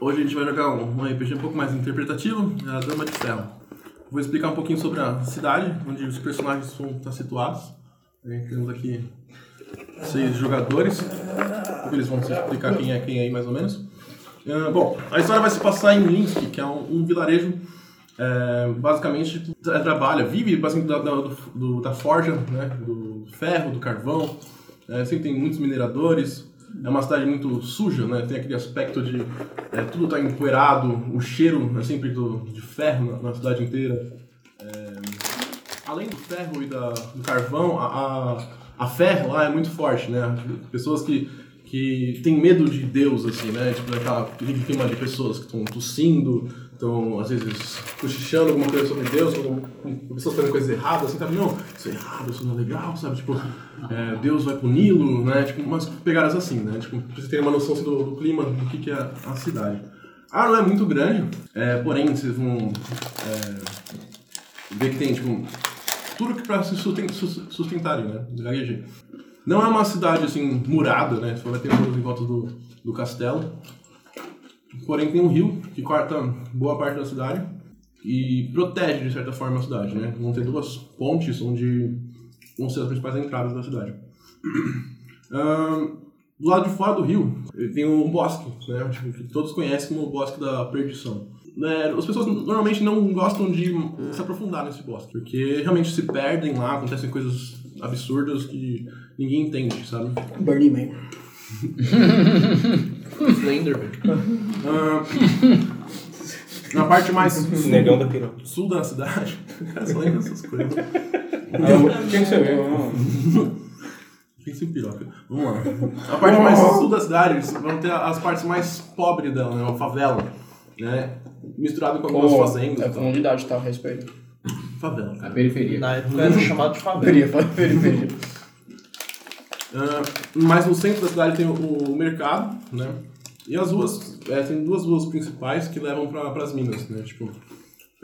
Hoje a gente vai jogar um RPG um pouco mais interpretativo, é a Dama de Ferro. Vou explicar um pouquinho sobre a cidade, onde os personagens vão estar situados. É, Temos aqui seis jogadores, eles vão se explicar quem é quem aí mais ou menos. É, bom, a história vai se passar em Minsk, que é um, um vilarejo é, basicamente tra- trabalha, vive basicamente da, da, do- do- da forja, né, do ferro, do carvão. É, sempre tem muitos mineradores. É uma cidade muito suja, né? Tem aquele aspecto de é, tudo tá empoeirado, o cheiro é sempre do, de ferro na, na cidade inteira. É, além do ferro e da, do carvão, a, a, a fé lá é muito forte, né? Pessoas que, que têm medo de Deus, assim, né? Tipo, aquela aquele clima de pessoas que estão tossindo, estão, às vezes, cochichando alguma coisa sobre Deus, ou, ou pessoas fazendo coisas erradas, assim, sabe? Não, isso é errado, isso não é legal, sabe? Tipo, é, Deus vai puni-lo, né? Tipo, umas pegadas assim, né? Tipo, pra você ter uma noção assim, do, do clima, do que, que é a cidade. Ah, não é muito grande, é, porém, vocês vão... é, ver que tem, tipo, tudo que pra se susten- sus- sustentar ali, né? Gaguejei. Não é uma cidade, assim, murada, né? Só vai ter muros em volta do, do castelo. Porém, tem um rio que corta boa parte da cidade e protege, de certa forma, a cidade, né? Vão ter duas pontes onde vão ser as principais entradas da cidade. Ahn, do lado de fora do rio, ele tem um bosque, né? Tipo, que todos conhecem como o Bosque da Perdição. Né, as pessoas normalmente não gostam de se aprofundar nesse bosque, porque realmente se perdem lá, acontecem coisas absurdas que ninguém entende, sabe? Burning Man. Slenderman. Ah, na parte mais sul, Negão da pirão. sul da cidade, o cara só lembra essas coisas. Tinha que ser mesmo. Pensa em piroca. Vamos lá. A parte mais sul da cidade, eles vão ter as partes mais pobres dela, né? Uma favela. Né? Misturado com algumas fazendas. É e tal. comunidade, tá? Respeito. Favela. A periferia. Na época era um chamado de favela. Periferia, fala periferia. Ah, mas no centro da cidade tem o, o mercado, né? E as ruas, é, tem duas ruas principais que levam para as minas, né? Tipo,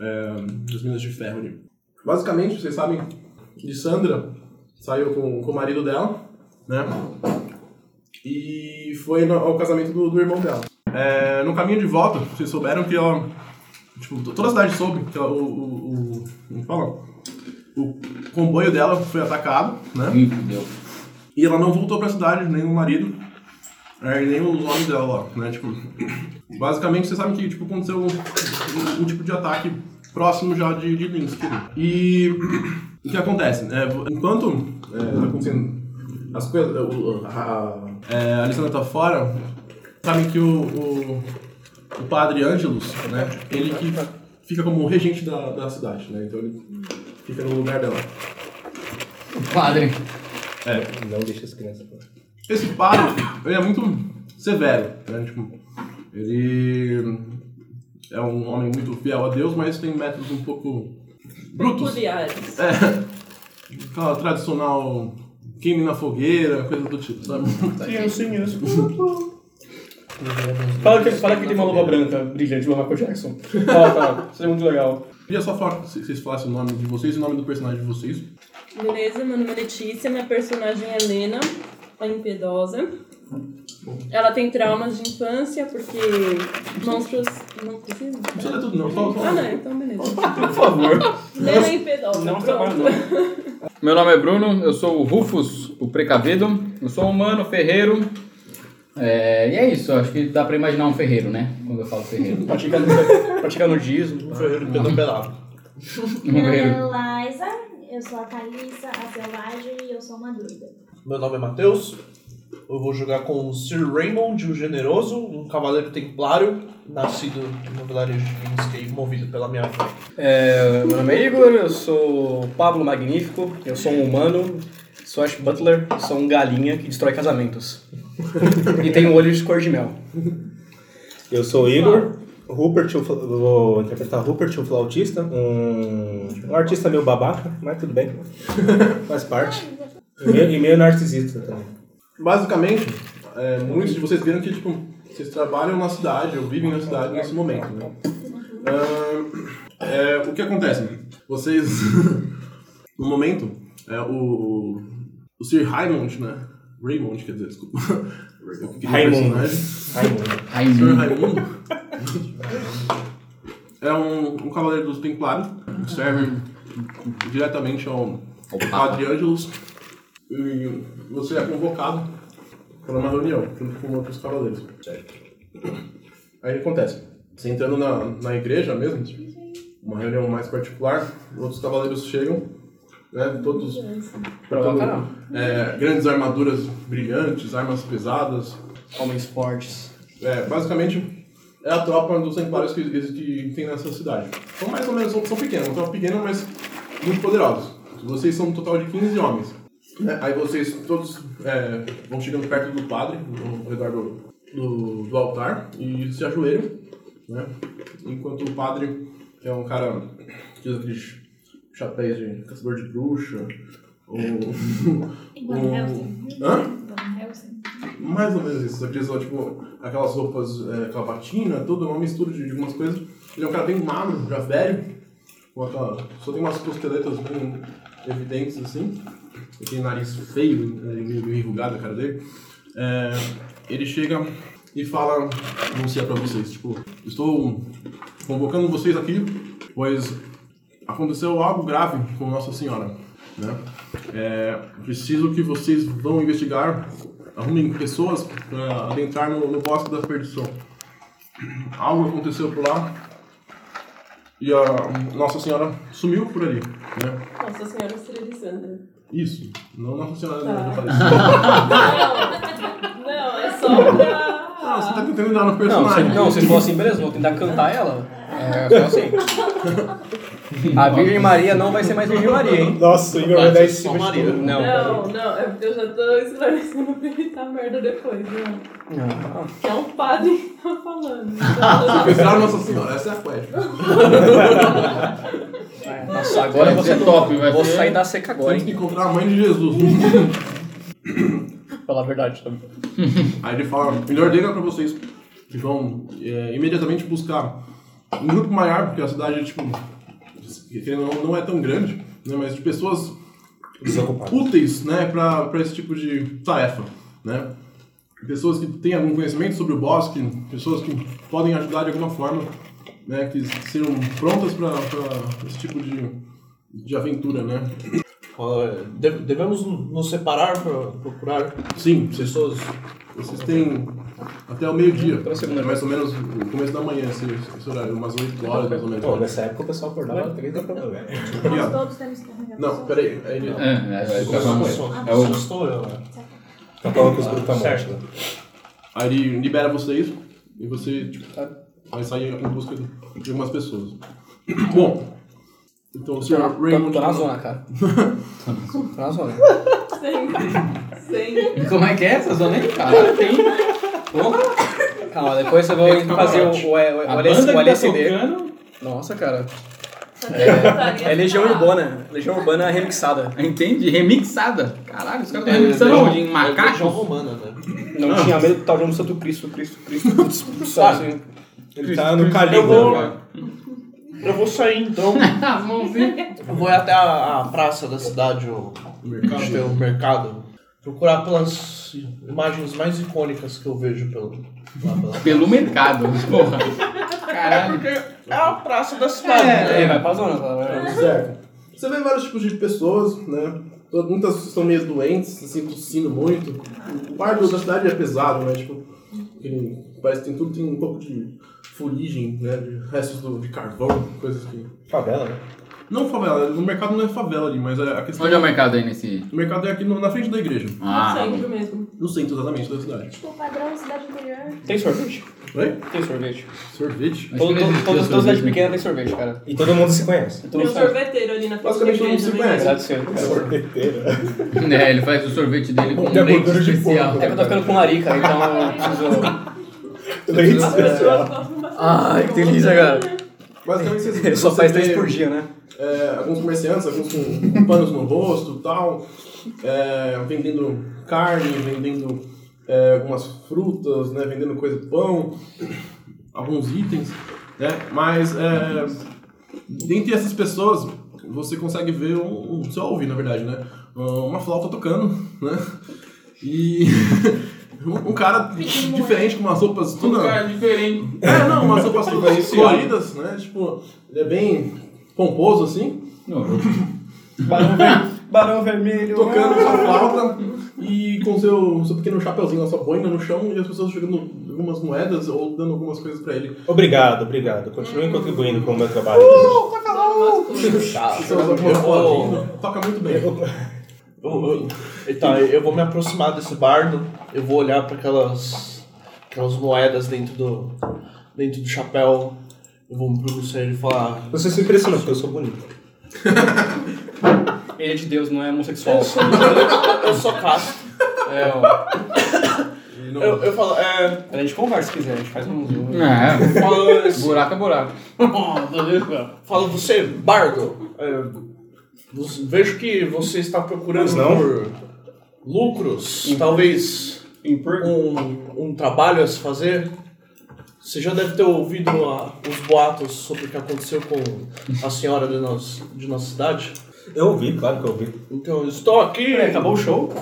é, as minas de ferro ali. Basicamente, vocês sabem de Sandra, saiu com, com o marido dela, né? E foi no- ao casamento do, do irmão dela. É, no caminho de volta, vocês souberam que ela. Tipo, to- toda a cidade soube que ela, o, o, o. Como fala? O comboio dela foi atacado, né? Ih, fudeu. E ela não voltou pra cidade, nem o marido, é, e nem os homens dela lá, né? Tipo, basicamente, vocês sabem que tipo, aconteceu um, um- um tipo de ataque próximo já de, de Minsk. ali. E o que acontece? né? enquanto é, tá acontecendo as coisas, o- o- a, é, a Alessandra tá fora, sabem que o, o, o padre Ângelus, né? Ele que fica como o regente da, da cidade, né? Então ele fica no lugar dela. Padre. É, Não deixa as crianças falar. esse padre, ele é muito severo, né? Tipo, ele é um homem muito fiel a Deus, mas tem métodos um pouco brutos. Peculiares. Aquela tradicional queime na fogueira, coisa do tipo, sabe? Criancinhas. é Uhum. Fala que, fala que tem uma luva branca brilhante do Michael Jackson. Fala, fala. Isso é muito legal. Queria só falar que vocês falassem o nome de vocês e o nome do personagem de vocês. Beleza, meu nome é Letícia, minha personagem é Lena, a impiedosa. Ela tem traumas de infância porque monstros. Não precisa? Não precisa ler tudo não, só, só Ah, não, então beleza. Por favor. Lena é impiedosa. Não trabalha pronto. não. Meu nome é Bruno, eu sou o Rufus, o precavido. Eu sou um humano, ferreiro. É, e é isso, acho que dá pra imaginar um ferreiro, né? Quando eu falo ferreiro. Pratica no, pratica nudismo. Ferreiro pedopelado. Um Meu nome ferreiro. é Liza, eu sou a Thalissa, a Selvagem e eu sou uma druida. Meu nome é Matheus. Eu vou jogar com o Sir Raymond, o Generoso, um cavaleiro templário, nascido no vilarejo de Minsk e movido pela minha fé. É, meu nome é Igor, eu sou Pablo Magnífico, eu sou um humano, sou Ash Butler, sou um galinha que destrói casamentos. e tenho olhos de cor de mel. Eu sou o Igor, Rupert, o fla- vou interpretar Rupert, um flautista, um, um artista meio babaca, mas tudo bem, faz parte. E meio, e meio narcisista também. basicamente, é, muitos de vocês viram que tipo, vocês trabalham na cidade ou vivem na cidade nesse momento. Né? Ah, é, o que acontece? Vocês, no momento, é, o, o Sir Raymond, né? Raymond, quer dizer, desculpa. Eu queria o Raimundo. personagem. Raimundo. Ai, Sr. meu. Raimundo, É um, Cavaleiro dos Templários, que serve diretamente ao, ao Papa. Padre Ângelos. E você é convocado para uma reunião, junto com outros cavaleiros. Aí o que acontece? Você entrando na, na igreja mesmo, uma reunião mais particular, outros cavaleiros chegam, né? Todos Provoca portando, é, grandes armaduras brilhantes, armas pesadas. Homens fortes. É, basicamente é a tropa dos templários que, que tem nessa cidade. São mais ou menos, são, são pequenos, uma tropa pequena, mas muito poderosos. Vocês são um total de 15 homens. né? Aí vocês todos é, vão chegando perto do padre, ao redor do, do, do altar, e se ajoelham. Né? Enquanto o padre é um cara que usa aqueles chapéus de caçador de bruxa, ou... Igual Hum. ou- o Helsing. Hã? Igual o Helsing. Mais ou menos isso. Só que eles usam, tipo, aquelas roupas, é, aquela patina, tudo, uma mistura de, de algumas coisas. Ele é um cara bem magro, já velho. Com aquela, só tem umas costeletas bem evidentes, assim. Aquele nariz feio, né, meio, meio enrugado a cara dele. É, ele chega e fala, anuncia pra vocês, tipo, estou convocando vocês aqui, pois aconteceu algo grave com Nossa Senhora, né? É, preciso que vocês vão investigar, arrumem pessoas para adentrar no, no bosque da perdição. Algo aconteceu por lá e a Nossa Senhora sumiu por ali, né? Nossa Senhora Estrelizandra. Isso, não Nossa Senhora Tá. não apareceu. Não, não, é só pra. Ah, você tá tentando dar no Não, se, personagem. não, se for assim, beleza, vou tentar cantar ela. É, só assim. A Virgem Maria não vai ser mais Virgem Maria, hein? Nossa, o Igor vai dar esse Só tipo de Maria. tudo. Não, Não, não, é porque eu já tô esclarecendo pra evitar merda depois, né? Ah. Que é um padre que tá falando. então Sequestraram Nossa Senhora, essa é a quest. Nossa, agora Vai você ser é top, vai Vou ser- sair da seca agora, Temos que hein? encontrar a mãe de Jesus. Falar a verdade também. Aí ele fala, melhor dele é pra vocês que vão é, imediatamente buscar um grupo maior, porque a cidade, tipo, querendo ou não, não é tão grande, né, mas de pessoas úteis, né, pra, pra esse tipo de tarefa, né? Pessoas que têm algum conhecimento sobre o bosque, pessoas que podem ajudar de alguma forma, né, que sejam prontas pra, pra esse tipo de, de aventura, né? Fala, "Deve- Devemos nos separar para procurar Sim, vocês pessoas. Vocês têm até o meio-dia. Então, segunda- É mais ou menos o começo da manhã, esse, esse horário, umas 8 horas mais ou menos. Pô, nessa época o pessoal acordava três da manhã, velho. Obrigado. Nós todos temos que carregar Não, peraí. aí ele- É, é, vai ficar Como bom. sou- É o- Sou eu, né? Tá falando que os grupos tá Certo. morto. Aí ele libera vocês e você tipo, vai sair em busca de algumas pessoas. Bom, então o Tô Sr. na, tô, Raymond. tô Tá, na zona, cara. Tô na zona. Sem. Sem. Como é que é essa zona aí? Cara, tem né? Calma, depois você vai fazer o, o, o, a o, banda LS- o que tá LSD. tocando. Nossa, cara. Só que eu gostaria É de Legião falar. Urbana. Legião Urbana remixada. Entendi, remixada. Caralho, os é, caras estão remixando onde? Em Legião é um macaco? romana, né? Não tinha medo do tal nome Santo Cristo, Cristo, Cristo. Só assim. Ele tá no Eu vou- Calibra. Então, Eu vou sair então. As mãozinhas. Eu vou ir até a, a praça da cidade, o mercado. Tem o mercado. Procurar pelas imagens mais icônicas que eu vejo pelo. lá pela- Pelo mercado, porra. Caralho. Porque é a praça da cidade, É, é, né? vai pra zona. Tá? Certo. Você vê vários tipos de pessoas, né? Todas- Muitas são meio doentes, assim, tossindo muito. O ar da cidade é pesado, né? Tipo, aquele- parece que tem tudo, tem um pouco de fuligem, né? De restos do- de carvão, coisas que. Favela, né? Não favela, no mercado não é favela ali, mas é a questão. Onde é o mercado aí nesse. O mercado é aqui no- na frente da igreja, Ah, No centro um mesmo. no centro exatamente da cidade. Tipo, padrão cidade interior. Tem sorvete? Oi? Tem sorvete. Sorvete? Acho que Todo- não todo- existia Todas as sorvete cidades aqui. pequenas tem sorvete, cara. E todo mundo se conhece. Todo Tem um mundo sabe. sorveteiro ali na frente Basicamente da todo mundo se igreja, né? conhece. Verdade, senhor. Sorveteira. É, ele faz o sorvete dele com um Tem a leite gordura de especial. porco. É que eu tô ficando com larica, então eu preciso. Leite As pessoas especial. gostam bastante. Ai, Ah, que delícia, cara. Basicamente vocês Ele só você faz vê, três por dia, né? é, alguns comerciantes, alguns com, com panos no rosto e tal, é, vendendo carne, vendendo é, algumas frutas, né, vendendo coisa, pão, alguns itens, né? Mas é, dentre essas pessoas você consegue ver um, um- você ouve na verdade, né? Uma flauta tocando, né? E Um, um cara diferente, com umas roupas Um todas. cara diferente. É, não, umas roupas todas Diferenciado. coloridas, né? Tipo, ele é bem pomposo assim, Não, Barão, ver... Barão Vermelho. tocando sua flauta e com seu, seu pequeno chapeuzinho na sua boina no chão e as pessoas jogando algumas moedas ou dando algumas coisas pra ele. Obrigado, obrigado. Continuem contribuindo com o meu trabalho. Ah, Você usa algumas bolinhas, toca muito bem. Eu- eu- Tá, eu vou me aproximar desse bardo, eu vou olhar para aquelas aquelas moedas dentro do dentro do chapéu, eu vou me pronunciar e falar, Você se impressiona porque eu sou bonito. Ele é de Deus, não é homossexual. eu sou casto. É, ó. E não- Eu, eu falo, é, A gente conversa se quiser, a gente faz um zoom. É, falo, esse- buraco é buraco. falo você, bardo, é, você- vejo que você está procurando Pois não. por lucros, talvez um, um trabalho a se fazer. Você já deve ter ouvido a- os boatos sobre o que aconteceu com a senhora de, nós, de nossa cidade. Eu ouvi, claro que eu ouvi. Então, eu estou aqui. É, Peraí, acabou o show?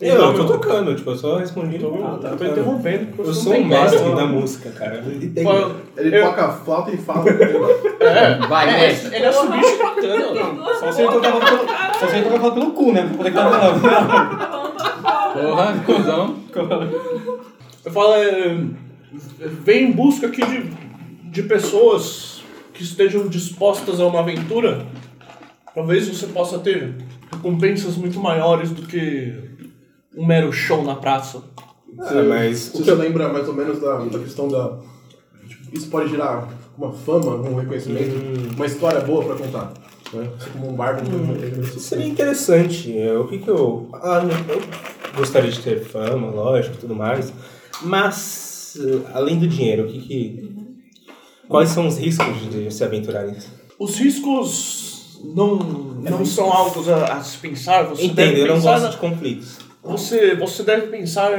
Eu, eu tô meu- tocando, tipo, eu só respondi. eu tá, tô tá. interrompendo. porque Eu você sou não tem um mestre nada. da música, cara. Ele tem. Fala- Ele Eu- toca a flauta e fala. Ele Vai, mestre. Ele um é subindo e gritando. Só se ele tocava pelo, só se ele tocava pelo cu, né? Pra poder cantar falando. Porra, cuzão. Eu falo, é, vem em busca aqui de, de pessoas que estejam dispostas a uma aventura. Talvez você possa ter recompensas muito maiores do que um mero show na praça. Ah, mas. Você lembra mais ou menos da, da questão da. tipo, isso pode gerar uma fama, um reconhecimento, Hum. uma história boa pra contar. Né? Você como um bardo não tem grande Seria sucesso. interessante. é, O que que eu. Ah, não, eu gostaria de ter fama, lógico, tudo mais. Mas, eh, além do dinheiro, o que que. Quais são os riscos de se aventurar nisso? Os riscos não, não são algo a, a se pensar. Você É Entendo, deve eu não pensar gosto na- de conflitos. Você, você deve pensar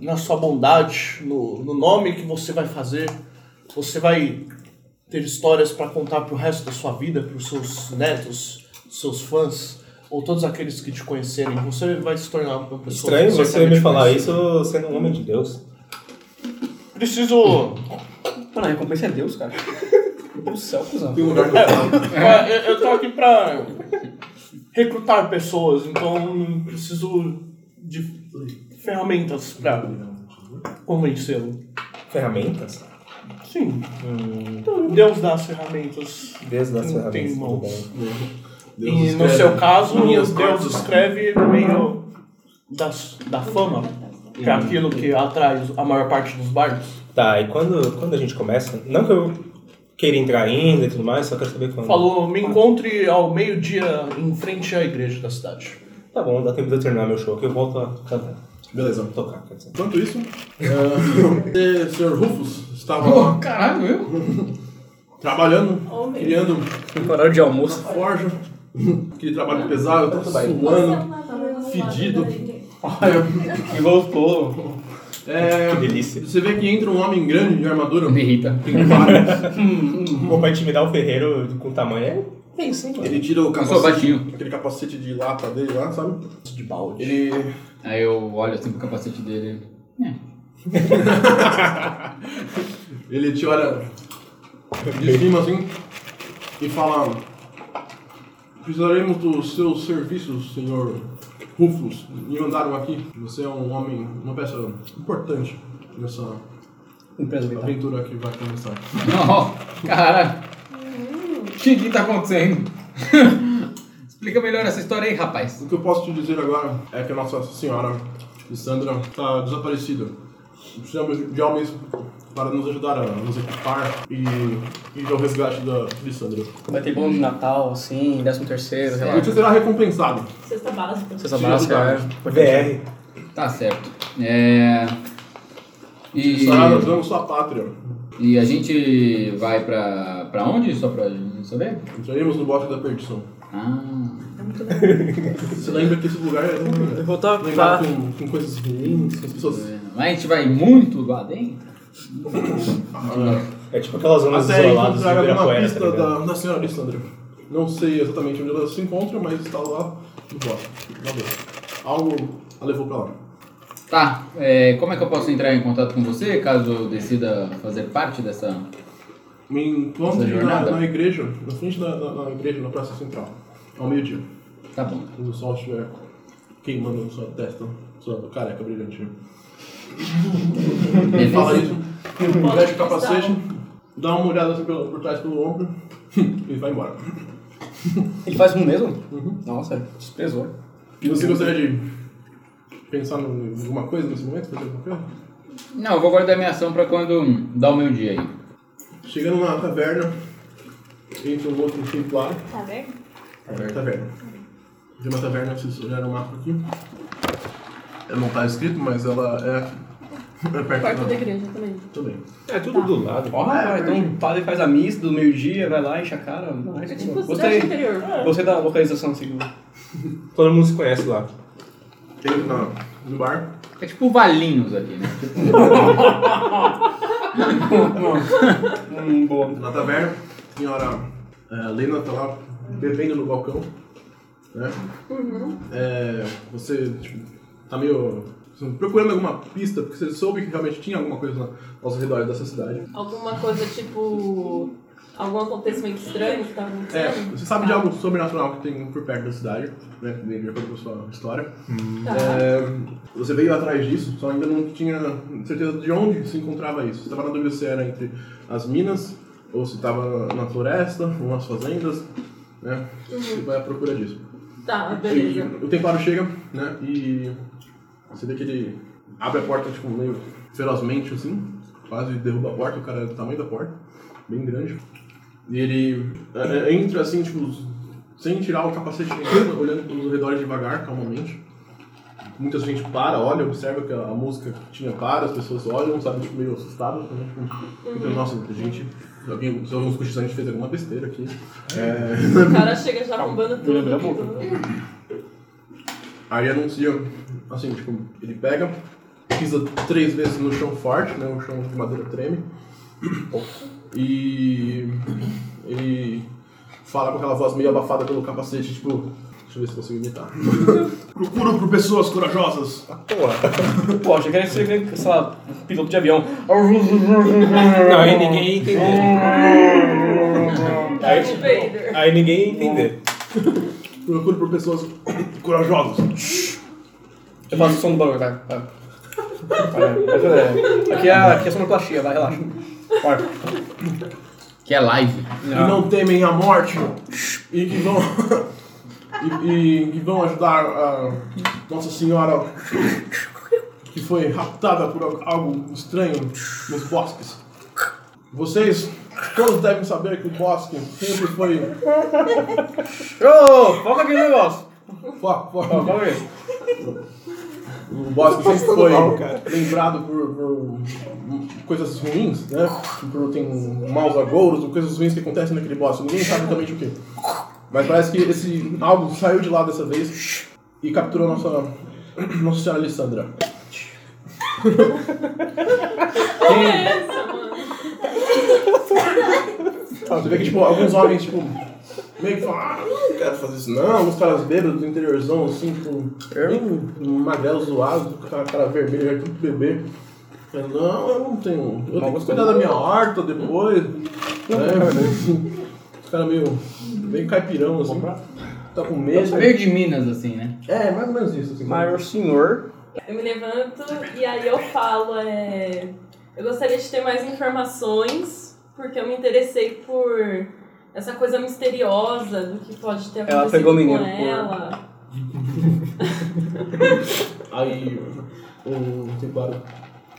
na sua bondade, no, no nome que você vai fazer. Você vai ter histórias para contar pro resto da sua vida, pros seus netos, seus fãs, ou todos aqueles que te conhecerem. Você vai se tornar uma pessoa. Estranho você certamente me falar conhecida. isso sendo um homem de Deus. Preciso. Mano, a recompensa é Deus, cara. Do céu, cuzão. Tem um lugar que eu falo. É, eu, eu tô aqui pra recrutar pessoas, então preciso de ferramentas pra convencê-lo. Ferramentas? Sim. Então, Deus dá as ferramentas. Deus das Não tem ferramentas. tudo mãos. bem. Deus e no escreve seu caso, linhas Deus tortas. escreve no meio das, da fama, que é aquilo que atrai a maior parte dos bardos. Tá, e quando, quando a gente começa? Não que eu queira entrar ainda e tudo mais, só quero saber quando. Falou, me encontre ao meio-dia em frente à igreja da cidade. Tá bom, dá tempo de eu terminar meu show que eu volto a cantar. Beleza. Tocar, quer dizer. Enquanto isso, é, Sr. Rufus estava lá Oh, Caralho, eu? trabalhando, criando No horário de almoço. uma forja, aquele trabalho pesado, todo suando. Fedido. E voltou. É, Que delícia. você vê que entra um homem grande de armadura, um Me irrita. tem vários. Pô, pra intimidar o ferreiro com tamanho é. Tem sim, Ele tira o Eu sou capacete, baixinho. aquele capacete de lata dele lá, sabe? De balde. Ele Aí eu olho assim pro capacete dele. É. Ele te olha de cima assim e fala: Precisaremos dos seus serviços, senhor Rufus. Me mandaram aqui. Você é um homem, uma peça importante nessa Empresa militar. aventura que vai começar. Não, cara. O que que tá acontecendo? Explica melhor essa história aí, rapaz. O que eu posso te dizer agora é que a Nossa Senhora Lissandra está desaparecida. Precisamos de homens para nos ajudar a nos equipar e ir ao resgate da Lissandra. Vai ter bônus de Natal, assim, 13 terceiro, sei lá. Você será recompensado. Cesta básica. Cesta básica, é. VR. Tá certo. É. E, Estará ajudando sua pátria. e a gente vai pra, pra onde? Só pra gente saber? Entraremos no bosque da perdição. Ah, Você lembra que esse lugar é um- voltar lembrado com, com coisas ruins, com pessoas. mas a gente vai muito lá dentro? É tipo aquelas zonas Até isoladas de encontrar alguma Ibirapuera, tá pista ligado? da, da senhora Alessandra. Não sei exatamente onde ela Tá se encontra, mas está lá no bosque. Na boa. Algo a levou pra lá. Tá, é, como é que eu posso entrar em contato com você caso eu decida fazer parte dessa. Me encontro Essa na, jornada? na igreja, na frente da, da- da igreja, na Praça Central, ao meio-dia, Tá bom. quando o sol estiver queimando sua testa, sua careca brilhante. Ele fala isso, veste o capacete, um dá uma olhada assim pelo- por trás pelo ombro e vai embora. Ele faz um mesmo? Nossa, desprezou. E você gostaria de pensar em alguma coisa nesse momento? Fazer alguma coisa? Não, eu vou guardar minha ação pra quando dar o meu dia aí. Chegando na taverna, entra um outro templário. Tá vendo? Taverna. taverna. De uma taverna, vocês olharam o mapa aqui. Ela não tá escrito, mas ela é, é perto Perto da da... igreja também. Tudo bem. É tudo do lado. Ó, rapaz, então o padre faz a missa do meio-dia, vai lá, enche a cara. Nice. É tipo cidade gostei. interior. Gostei da localização, assim. Todo mundo se conhece lá. Entra na- no bar. É tipo Valinhos aqui, né? Hum, boa. Na taverna, a senhora é, Lena tá lá bebendo no balcão. Né? É, você tipo, tá meio assim, procurando alguma pista, porque você soube que realmente tinha alguma coisa na- aos redores dessa cidade. Alguma coisa tipo. Algum acontecimento estranho que tá acontecendo? É, você sabe de algo sobrenatural que tem por perto da cidade, né? De acordo com a sua história. Tá. É, você veio atrás disso, só ainda não tinha certeza de onde se encontrava isso. Você estava na dúvida se era entre as minas, ou se estava na floresta, ou nas fazendas, né? Você vai à procura disso. Tá, E beleza. o templário chega, né? E você vê que ele abre a porta, tipo, meio ferozmente, assim. Quase derruba a porta, o cara é do tamanho da porta. Bem grande. E ele é, é, entra, assim, tipo, sem tirar o capacete nenhum, olhando pelos redores devagar, calmamente. Muita gente para, olha, observa que a a música que tinha para, as pessoas olham, sabe, tipo, meio assustadas. Né? Tipo, então, nossa, gente... Alguém, se alguns cochilantes a gente fez alguma besteira aqui. É... O cara chega já bombando tudo. Aí anuncia, assim, tipo, ele pega, pisa três vezes no chão forte, né? O chão de madeira treme. E ele fala com aquela voz meio abafada pelo capacete, tipo. Deixa eu ver se consigo imitar. Procuro por pessoas corajosas. Pô, achei que era esse, sei lá, piloto de avião. Não, aí ninguém ia entender. Aí, Darth Vader. aí ninguém ia entender. Procuro por pessoas corajosas. Eu faço o som do barulho, vai. vai. Vai. Aqui é, aqui é sonoplastia, vai, relaxa. Vai. Que é live. Que não temem a morte e que vão. e, e que vão ajudar a Nossa Senhora que foi raptada por algo estranho nos bosques. Vocês todos devem saber que o bosque sempre foi. Ô, foca aqui no negócio. Fo- fo- Ó, Calma aí. O bosque sempre foi lembrado por, por coisas ruins, né? Por tem maus agouros, coisas ruins que acontecem naquele bosque. Ninguém sabe exatamente o que. Mas parece que esse algo saiu de lá dessa vez e capturou nossa, nossa senhora Alessandra. Essa, É mano. Você vê que, tipo, alguns homens, tipo, meio que falam, ah, não quero fazer isso não. Alguns caras bêbados do interiorzão, assim, com bem um magrelo zoado, com aquela cara vermelha, já tudo bebê. Eu, não, eu não tenho. Eu tenho que cuidar da minha horta depois. Né? Os caras meio, meio caipirão, assim. Tá com medo. Meio de Minas, assim, né? É, mais ou menos isso. Assim, Mas o senhor. Eu me levanto e aí eu falo, é... Eu gostaria de ter mais informações, porque eu me interessei por essa coisa misteriosa do que pode ter acontecido Ela pegou com menino, pô. ela. Aí o templário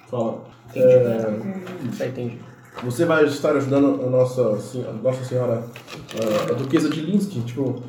fala. É, Isso aí, Tá, entendi. Você vai estar ajudando a nossa, sen- a nossa senhora, eh, a, a duquesa de Linsky, tipo...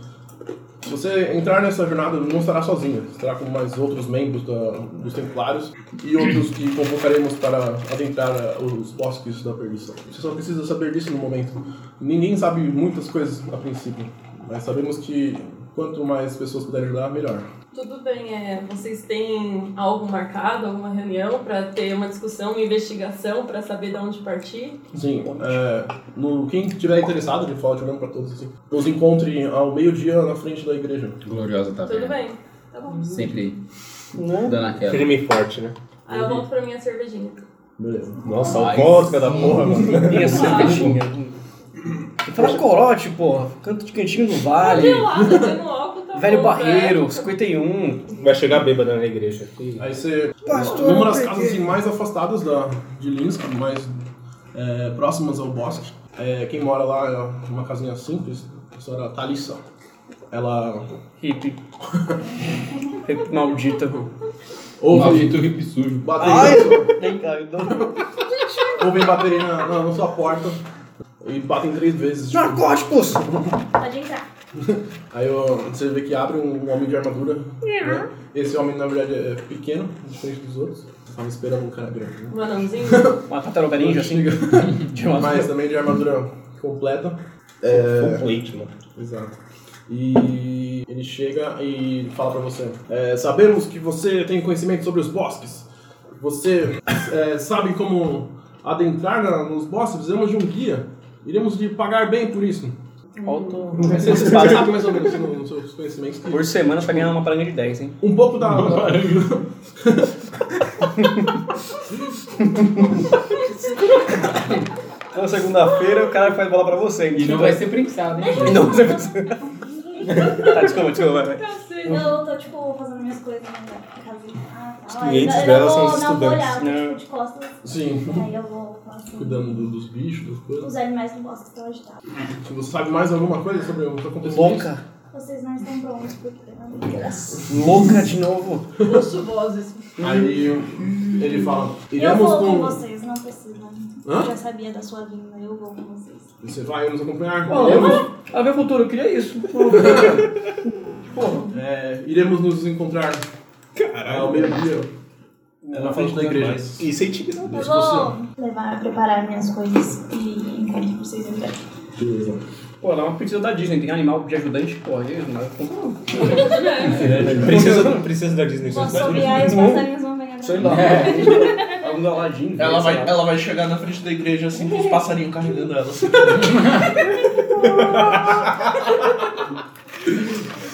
se Você entrar nessa jornada não estará sozinha, estará com mais outros membros da- dos Templários e outros que convocaremos para adentrar ah, os bosques da perdição. Você só precisa saber disso no momento. Ninguém sabe muitas coisas a princípio, mas sabemos que quanto mais pessoas puderem ajudar, melhor. Tudo bem, é, vocês têm algo marcado, alguma reunião para ter uma discussão, uma investigação, para saber de onde partir? Sim, é, no, quem tiver interessado, ele fala de olhando para todos assim, nos encontre ao meio-dia na frente da igreja. Gloriosa Tudo taverna. bem, tá bom. Sempre Dando aquela. Firme e forte, né? Aí eu volto pra minha cervejinha. Nossa, alcoólica da porra, mano. Minha cervejinha. Fala corote, porra. Canto de cantinho do vale. Pelada, tendo álcool, tá Velho bom, Barreiro, velho. 51. Vai chegar bêbada na igreja. Aí você. Pastor, numa das eu casas peguei. assim, mais afastadas da, de Linsk, mais é, próximas ao bosque. é, quem mora lá é uma casinha simples, a senhora Thalissa. Ela Hip. Hip maldita. ouve Maldito hip sujo. bater. Vem cá, eu dou- um ou vem bater na, na, na sua porta e batem três vezes. tipo. Narcóticos! Pode entrar. Aí ó, você vê que abre um homem de armadura. Uhum. né? Esse homem, na verdade, é pequeno, diferente dos outros. Tava esperando um cara grande, né? Um anãozinho. Uma tartaruga ninja, assim. De uma- Mas também de armadura completa. É, Leite, mano. exato. E ele chega e fala pra você: é, Sabemos que você tem conhecimento sobre os bosques. Você é, sabe como adentrar na- nos bosques? Precisamos de um guia. Iremos lhe pagar bem por isso. Falta. Mas Você, você sabe mais ou menos no- nos seus conhecimentos que Por semana você vai ganhar uma paranga de 10, hein? Um pouco da. da- Então, segunda-feira, o cara faz bola pra você, hein? E não vai ser prensado, hein? E não vai ser. Tá, desculpa, desculpa. vai, vai. Cacete. Eu tô, tipo, fazendo minhas coisas na minha casinha. Ah, tá. Os Ó, clientes eu- eu dela vou- são os não vou estudantes. Uhum. olhar, eu tô, Não. tipo, de costas. Sim. Aí eu vou falar assim. Cuidando do- dos bichos, das coisas. Os animais não gostam de estar agitados. Se você sabe mais alguma coisa sobre o que aconteceu. Louca. Vocês não estão prontos porque eu não graça. Louca de novo. Ouço vozes. Aí ele fala: Eu iremos vou com com. vocês, não precisam. Hã? Eu já sabia da sua vinda, eu vou com vocês. Você vai nos acompanhar? Pô, iremos, eu- a ver o futuro, eu queria isso. Porra. é, iremos nos encontrar é, ao meio-dia na frente da igreja. Isso é intimidade. Eu Discussão. vou levar, preparar minhas coisas e encontro vocês em breve. Pô, dá uma pizza da Disney, tem animal de ajudante, pô, é aí não vai ficar com- Princesa, princesa da Disney. Posso sobrear e os passarinhos vão pegar. Sei lá. Algum galadinho. Ela sei vai, lá. ela vai chegar na frente da igreja assim, com os passarinhos carregando ela. assim.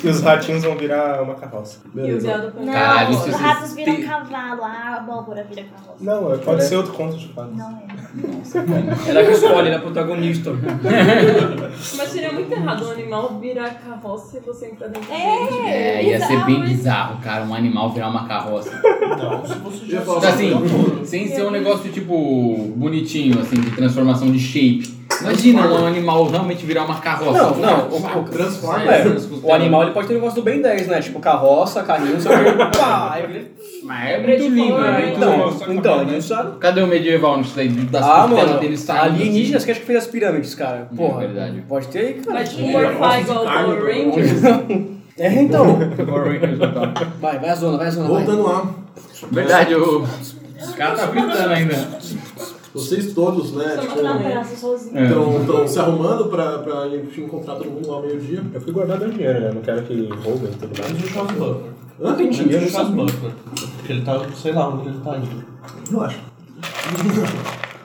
E os ratinhos vão virar uma carroça. E o viado põe. Não, Caralho, os isso- ratos isso- viram tem- cavalo, a abóbora vira cavalo. Não, é- pode ser outro conto de fadas. Não é. Ela que escolhe, ela é protagonista. Mas seria muito errado um animal virar carroça e você entrar dentro. É, ia ser bem bizarro, cara, um animal virar uma carroça. Não, se você já Eu falo- Tipo assim, sem ser um negócio tipo bonitinho, assim, de transformação de shape. Imagina um animal realmente virar uma carroça. Não, não, o- o- Transforma. É, o animal ele pode ter um negócio do bem 10, né? Tipo carroça, carrinho, não sei o que. Pá, aí ele- Mas é muito lindo, é muito Então, lindo. então, ele não sabe. Cadê o medieval nisso daí? Das Ah, costelas mano, dele saindo. alienígenas que acho que fez as pirâmides, cara. Porra, É verdade. pode ter aí, cara. Vai tipo morfar igual o Power Rangers. É, então. assim. Vai, vai a zona, vai a zona, vai. Voltando lá, Verdade, o... os caras tá gritando ainda. vocês todos, né? Só Tipo, Não, um pedaço sozinho. É. estão se arrumando pra, pra ir te encontrar todo mundo lá ao meio-dia. Eu fui guardar meu dinheiro, né? Não quero que roubem e tudo mais. Antes de Charles Buckner. Hã? Antes de Charles Buckner. Porque ele tá, sei lá onde ele tá indo. Relaxa.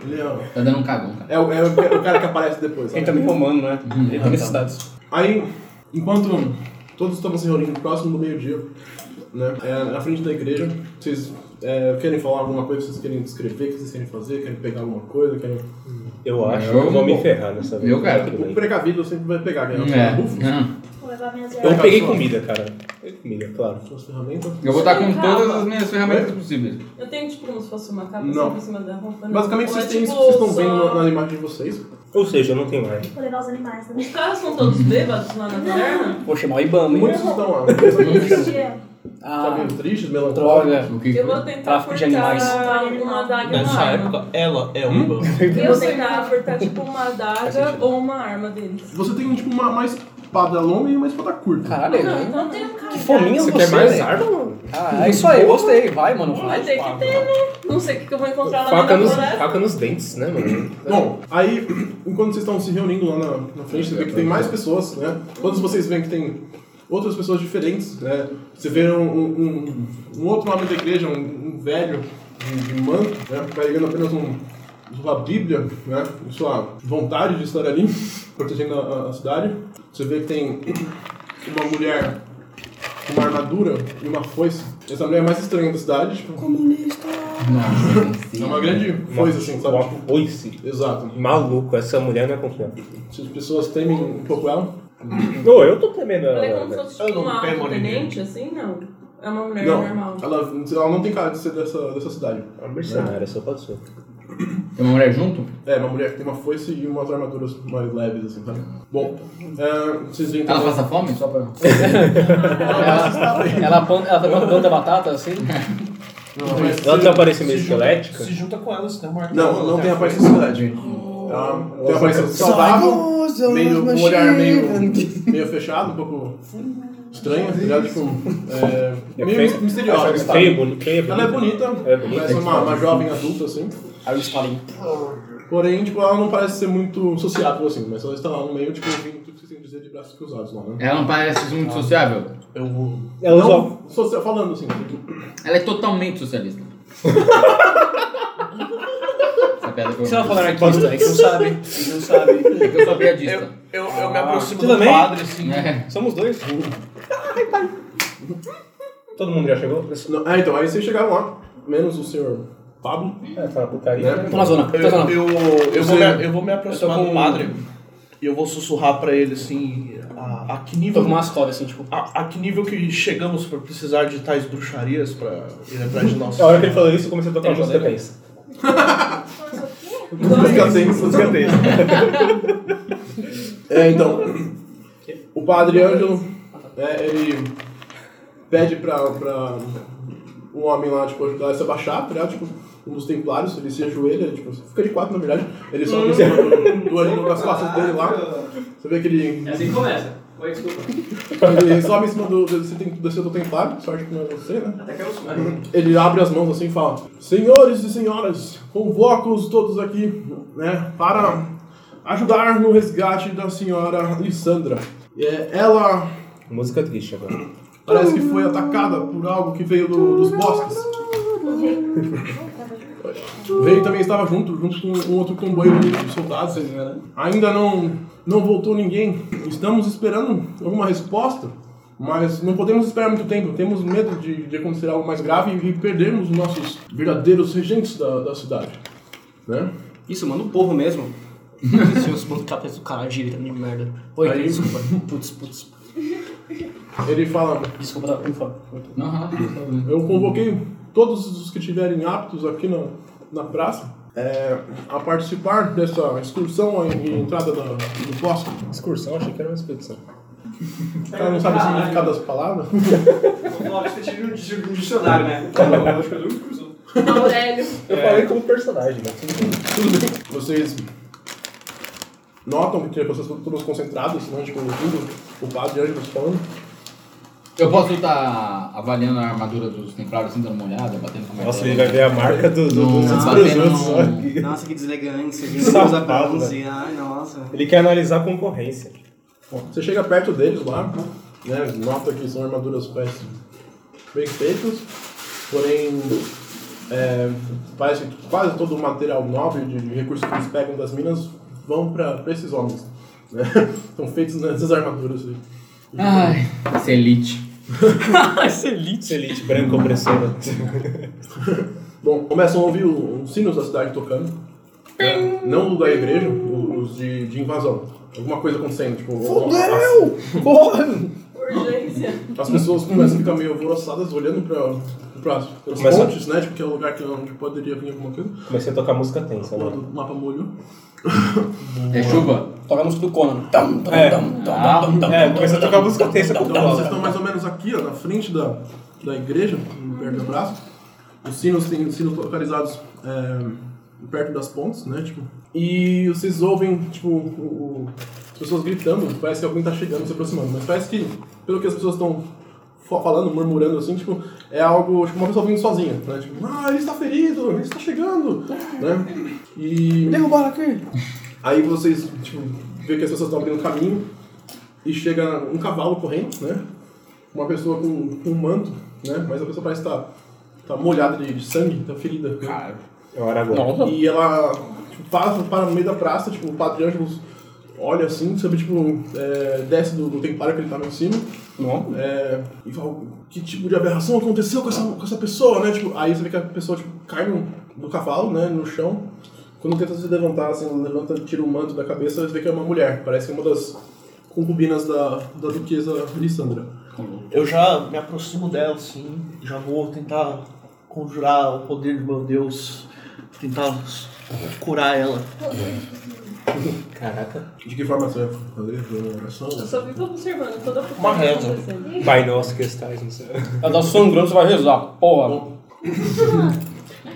Ele é, o- Tá dando um cagão, cara. é, o- é o cara que aparece depois. sabe? Ele também é romano, né? Uhum. Ele Ah, tá. tem necessidades. Aí, enquanto todos estavam se reunindo próximo do meio-dia, né, é, na frente da igreja, vocês é, querem falar alguma coisa, vocês querem descrever, o que vocês querem fazer, querem pegar alguma coisa, querem... Eu acho Eu que eu vou me vou. ferrar nessa vez. Eu quero. Tudo O bem. precavido sempre vai pegar, né? É. Rufus, Hum. Vou levar minhas Eu ervas. peguei comida, cara. Peguei comida, claro. suas ferramentas. Eu vou estar com todas as minhas ferramentas É. possíveis. Eu tenho tipo como se fosse uma capa Não. assim por cima da roupa. né? Basicamente, Ou vocês é, têm tipo, isso que vocês estão só- vendo na, na imagem de vocês. Ou seja, eu não tenho ar. Vou levar os animais também. Os caras são todos bêbados lá na taverna? Vou chamar o Ibama, hein? Muitos estão lá. Muitos Uhum. Esse estão dia, Ah, meio tristes, melancólicos. droga. O que Eu vou foi? tentar Tráfico de furtar animais. uma adaga e uma Nessa arma. época, ela é Hum? um bando. Eu vou tentar furtar tipo uma adaga ou uma arma deles. Você tem, tipo, uma, uma espada longa e uma espada curta. Caralho, né? Então tem um cara. que fominha você, velho. arma, mano? Ah, é isso aí, gostei. Vai, mano, vai. Vai ter que ter, né? Não sei o que que eu vou encontrar lá Faca na nos, floresta. faca nos dentes, né, mano? É. Bom, aí, enquanto vocês estão se reunindo lá na, na frente, você vê que tem mais pessoas, né? Todos vocês veem que tem outras pessoas diferentes, né? Você vê um, um, um outro homem da igreja, um, um velho de, de manto, né? Carregando apenas um, sua Bíblia, né? Sua vontade de estar ali, protegendo a, a- a cidade. Você vê que tem uma mulher uma armadura e uma foice. Essa mulher é a mais estranha da cidade, tipo, Nossa, é uma grande foice, assim, sabe? Uma Tipo, foice. Exato. Maluco, essa mulher não é confiável. As pessoas temem um pouco ela. Não, eu tô temendo Ela é ela. como se né? fosse tipo, Eu não uma pego tenente, assim? Não. É uma mulher Não, normal. ela, ela não tem cara de ser dessa, dessa cidade. É uma mercenária, só pode ser. Tem uma mulher junto? É, uma mulher que tem uma foice e umas armaduras mais leves, assim, sabe? Bom, é, vocês veem Ela então- passa fome? Só pra. Ela, ela, planta, ela planta batata assim? Não, mas- assim, Ela tem uma Se aparência meio junta- esquelética. Se junta com ela, você tem um martelo. Não, não até tem a a parte da frente. cidade. Oh. Ela tem uma aparência saudável, meio, um olhar meio, meio fechado, um pouco estranho, tá ligado? Tipo, é, meio misteriosa. Feia, sabe? boni- feia, Ela é bonita, É bonita, parece uma, é uma jovem adulta, assim. Aí eu espalho. Porém, tipo, ela não parece ser muito sociável, assim, mas ela está lá no meio, tipo, ouvindo tudo que vocês têm a dizer de braços cruzados lá, né? Ela não parece muito sociável? Eu vou... Ela usa- não, socia- falando assim, tipo, Ela é totalmente socialista. Essa piada foi Se ela for anarquista, a gente não sabe. A gente não sabe. É que eu sou piadista. Eu, eu me aproximo Você do também? padre, assim. É. Somos dois. Todo mundo já chegou? não, é, então, aí vocês chegaram lá, menos o senhor Pablo, É, tá putaria. né? Tá na zona. Tá na zona. Eu, eu, eu, vou, me, eu vou me aproximar com- do padre e eu vou sussurrar pra ele, assim, a, a que Tô com nível... uma ascova assim, tipo. A, a que nível que chegamos pra precisar de tais bruxarias pra ir atrás de nós? É A hora que ele falou isso, eu comecei a tocar Ele música falou, né? tensa. Música tensa. Música tensa. É, então, o padre Ângelo, é, ele pede pra, pra o homem lá, tipo, ajudar ele a se abaixar, tá ligado? Tipo, um dos templários, ele se ajoelha, tipo, fica de quatro, na verdade. Ele sobe em cima do, do Ângelo nas costas dele lá. Você vê que ele, Hum. assim que começa. Oi, desculpa. ele sobe em cima do, desse, tem- desse outro templário, sorte que não é você, né? Até que eu sou. Ele abre as mãos assim e fala: Senhores e senhoras, convoco-os todos aqui né, para ajudar no resgate da senhora Lissandra. É, ela Música triste agora. parece que foi atacada por algo que veio do- dos bosques. O rei também estava junto, junto com um outro comboio de soldados. Ainda não, não voltou ninguém. Estamos esperando alguma resposta, mas não podemos esperar muito tempo. Temos medo de, de acontecer algo mais grave e perdermos os nossos verdadeiros regentes da, da cidade. Né? Isso, mano, o povo mesmo. Isso, os mano cabeça do caralho girando de merda. Oi, Aí- desculpa. Putz, putz. Ele fala: Desculpa, tá, por favor. Não, relaxa, tá bom. Eu convoquei todos os que estiverem aptos aqui na, na praça é, a participar dessa excursão e e entrada da, do bosque. Excursão, achei que era uma expedição. O cara não sabe o significado das palavras. Você tira um dicionário, né? Eu acho que eu dou Aurélio. Eu falei como personagem, né? Tudo bem. Vocês notam que as pessoas estão todas concentradas, né? Tipo, ouvindo o padre Ângelo falando. Eu posso estar avaliando a armadura dos templários assim, dando uma olhada, batendo com a Nossa, ele vai ver a marca do, do, Não, dos não, presuntos. não. olha. Nossa, que deselegante. Você viu Safado, usar bronze. Ai, nossa. né? Ele quer analisar a concorrência. Você chega perto deles lá, né? Nota que são armaduras parece bem feitas, porém é, parece que quase todo o material nobre de de recursos que eles pegam das minas vão para esses homens. Né? São feitos nessas armaduras aí. Ai, essa elite. Elite. Elite branca opressora. Bom, começam a ouvir o- os sinos da cidade tocando. né? Não o da igreja, o- os de, de invasão. Alguma coisa acontecendo, tipo. Fudeu! Urgência. As pessoas começam a ficar meio alvoroçadas olhando pra, pra, pras Começa- pontes, né? Tipo, que é o lugar que onde poderia vir alguma coisa. Comecei a tocar música tensa O agora. do mapa molhou. É chuva? Toca a música do Conan. Tam, tam, É. tam, tam, Ah, tam, tam, É, tam, comecei a tam, tocar tam, música tam, tensa tam, com tam, Então tam. vocês estão mais ou menos aqui, ó, na frente da, da igreja, um perto da praça. Os sinos têm os sinos localizados é, perto das pontes, né? Tipo, e vocês ouvem, tipo, o- o- as pessoas gritando, parece que alguém tá chegando, se aproximando. Mas parece que, pelo que as pessoas estão fa- falando, murmurando assim, tipo, é algo, tipo, uma pessoa vindo sozinha, né? Tipo, ah, ele está ferido, ele está chegando, né? E... Derrubaram aqui. Aí vocês, tipo, vê que as pessoas estão abrindo caminho e chega um cavalo correndo, né? Uma pessoa com, com um manto, né? Mas a pessoa parece estar tá, tá molhada de, de sangue, tá ferida. né? É hora agora. Nossa. E ela tipo, passa para no meio da praça, tipo, o Padre Ângelo olha assim, sabe, tipo, é, desce do, do templário que ele tava em cima. Não. é, e fala, que tipo de aberração aconteceu com essa, com essa pessoa, né? Tipo, aí você vê que a pessoa tipo, cai no, do cavalo, né, no chão. Quando tenta se levantar, assim, ela levanta, tira o manto da cabeça, você vê que é uma mulher. Parece uma das concubinas da, da duquesa Lissandra. Eu já me aproximo dela, assim, já vou tentar conjurar o poder do meu Deus, tentar curar ela. Caraca. De que forma você vai fazer? Fazer Uma oração? Eu só vivo observando toda a coisa Uma reza. acontecendo. Pai nosso que estás no céu. Ela tá sangrando, você vai rezar. Porra.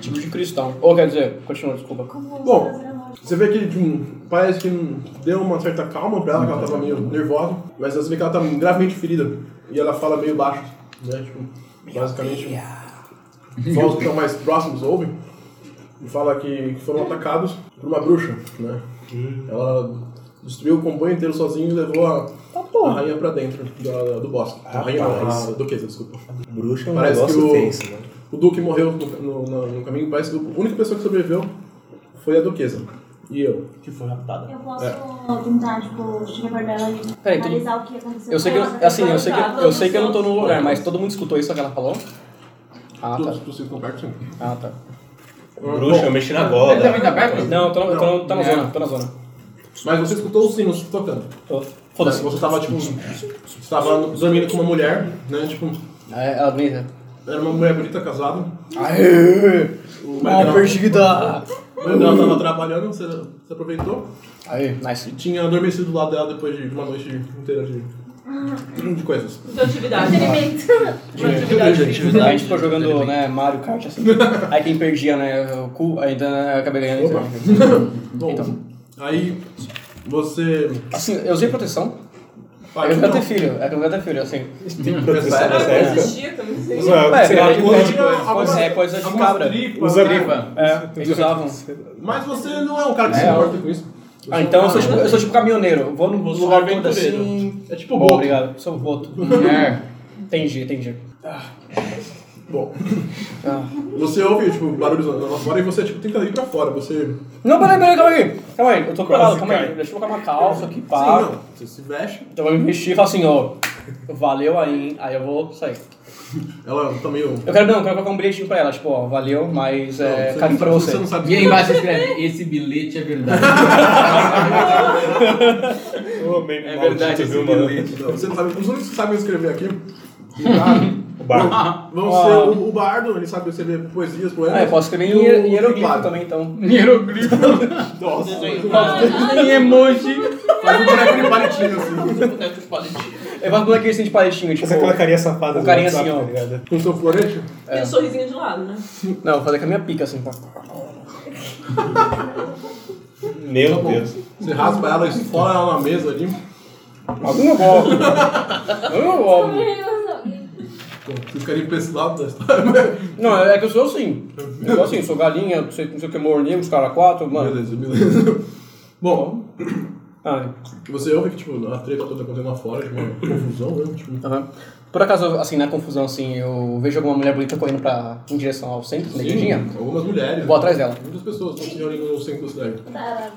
tipo de cristão. Ou quer dizer, continua, desculpa. Bom, você vê que tipo, parece que hum, deu uma certa calma pra ela, que ela tava meio nervosa, mas você vê que ela tá gravemente ferida. E ela fala meio baixo, né? Tipo, basicamente, só os que estão mais próximos ouvem. E fala que, que foram atacados por uma bruxa, né? Ela destruiu o comboio inteiro sozinha e levou a, a rainha pra dentro da- do bosque. A rainha, não, a duquesa, desculpa. Bruxa é um Parece que negócio o- tenso, mano. O Duque morreu no, no- no- no caminho, parece que a única pessoa que sobreviveu foi a Duquesa. E eu. Que foi raptada. Eu posso tentar, tipo, chegar perto dela e Peraí, tu- analisar o que aconteceu Eu sei que com ela. eu, assim, eu sei que eu sei que eu não tô no lugar, mas todo mundo escutou isso que ela falou? Ah, Todos tá. possíveis compartem. Ah, tá. Bruxa, eu mexi na gola. Ele também tá perto? Não, eu tô, eu tô, tô na zona, tô na zona. Mas você escutou os sinos tocando. Tô- Foda-se. Você tava, tipo, você tava dormindo com uma mulher, né? Tipo, É, Ela vem, né? era uma mulher bonita, casada. Aê! O Uma marido perdida! dela- o marido dela tava trabalhando, você, você aproveitou. Aê, E nice. tinha adormecido do lado dela depois de uma noite inteira de, de coisas. É, De atividade. Experimento. Uma atividade física. A gente ficou jogando, né, Mario Kart, assim. Aí quem perdia, né, o cu, ainda né, eu acabei ganhando. Então. Bom, Então. aí você... Assim, eu usei proteção. Ah, Eu não tipo, quero ter não. filho, é que eu não quero ter filho, assim. Proteção Essa- da essa- Ela certa. existia, que eu não sei. Usa, Ué, sei é, lá, é, porra de- Tinha algumas- é coisa de algumas cabra. tripas, usa né? gripa. É, eles usavam. Mas você não é um cara que É, se ó. importa com isso. Ah, então eu sou tipo, eu sou tipo caminhoneiro. Vou num Você lugar é todo aventureiro. assim. É tipo o Bom, Boto. obrigado. Sou um voto. É. Entendi, entendi. Bom, Ah. você ouve, tipo, barulhos lá lá fora e você, tipo, tenta ir pra fora. Você... Não, peraí, peraí, calma aí. Calma aí, eu tô curado, Quase calma aí. cai. Deixa eu colocar uma calça aqui, pá. Sim, não. Você se mexe. Então eu vou investir e falo assim, ó. Valeu aí, hein? aí eu vou sair. Ela tá meio... Eu quero não, eu quero colocar um bilhetinho pra ela, tipo, ó, valeu, mas é, Não, tá carinho pra não- você. não sabe E aí embaixo escreve, esse bilhete é verdade. Homem É maldito, verdade, viu, esse mano? bilhete. Não, você não sabe. Os únicos que sabem escrever aqui... Ah, O barco. vão ser o, o Bardo, ele sabe escrever poesias, poemas. Ah, eu posso escrever em E o- hier- em hieroglífico claro. também, então. Hieroglifo. Nossa, é Em emoji. faz um boneco de palitinho, assim. Eu faço bonequinho assim de palitinho, tipo... Você colocaria é safada O carinha WhatsApp, assim, ó. tá ligado? Com seu florete? E o sorrisinho de lado, né? Não, eu vou fazer com a minha pica, assim, tá? Meu Deus. Você raspa ela, esfola ela na mesa ali. Alguma golpe. Alguma golpe. Bom, vocês querem ir pra esse lado da história? Não, é que eu sou assim. Eu sou assim, sou galinha, não sei, não sei o que, morninho, os caras quatro, mano. Uhum. Beleza, beleza. Bom, Ah, você ouve que, tipo, a treta toda acontecendo lá fora, tipo, uma confusão, né? Tipo, Aham. Por acaso, assim, na confusão, assim, eu vejo alguma mulher bonita correndo pra, em direção ao centro, da sim, igrejinha, algumas mulheres. vou atrás dela. Muitas pessoas estão se reunindo no centro da cidade. Tá,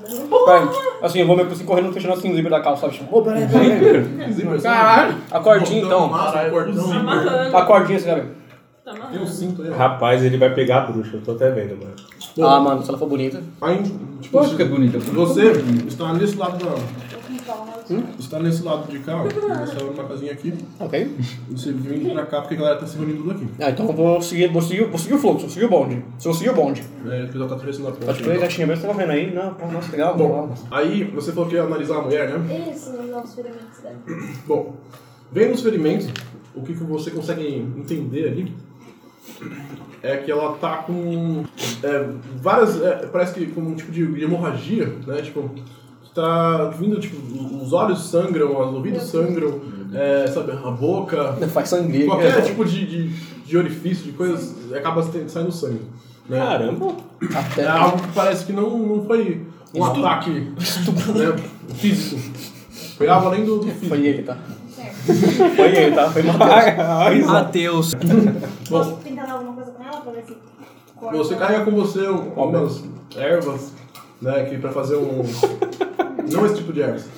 Peraí, assim, eu vou meio que assim, correndo, fechando assim, o zíper da calça, sabe? Tipo, ô, peraí, peraí. Caralho. A um cordinha, então. Massa, cordão. Amarrando. A cordinha, você sabe? né? Tem Tá um amarrando. cinto aí. ó. Rapaz, ele vai pegar a bruxa, eu tô até vendo, mano. Bom, Ah, mano, se ela for bonita. aí, tipo, Lógico que é bonito. Você está nesse lado da... Está nesse lado de cá, ó. Você abre uma casinha aqui. Ok. Você vem pra cá porque a galera tá se reunindo tudo aqui. Ah, então eu vou seguir, vou seguir, vou seguir o fluxo, vou seguir o bonde. Se eu seguir o bonde. É, o pessoal tá atravessando a ponte. Tá tipo, aí, gatinha, mesmo, você tá correndo aí? Não, pô, nossa, legal. Bom, aí você falou que ia analisar a mulher, né? Isso, nos novos experimentos dela. Bom, vendo os ferimentos, o que, que você consegue entender ali é que ela tá com é, várias. é, parece que com um tipo de hemorragia, né? Tipo, que tá vindo, tipo, os olhos sangram, os ouvidos sangram, é, sabe, a boca, Faz sangria. qualquer tipo de, de, de orifício, de coisas, acaba se- saindo sangue. Né? Caramba. É Até. algo que parece que não, não foi um ataque né, físico. Foi algo além do, do físico. Foi ele, tá? Foi ele, tá? Foi Matheus. Matheus. Bom, Posso pintar alguma coisa com ela pra ver se. corta? é Você carrega com você um- algumas ervas, né, que pra fazer um, Não esse tipo de armas.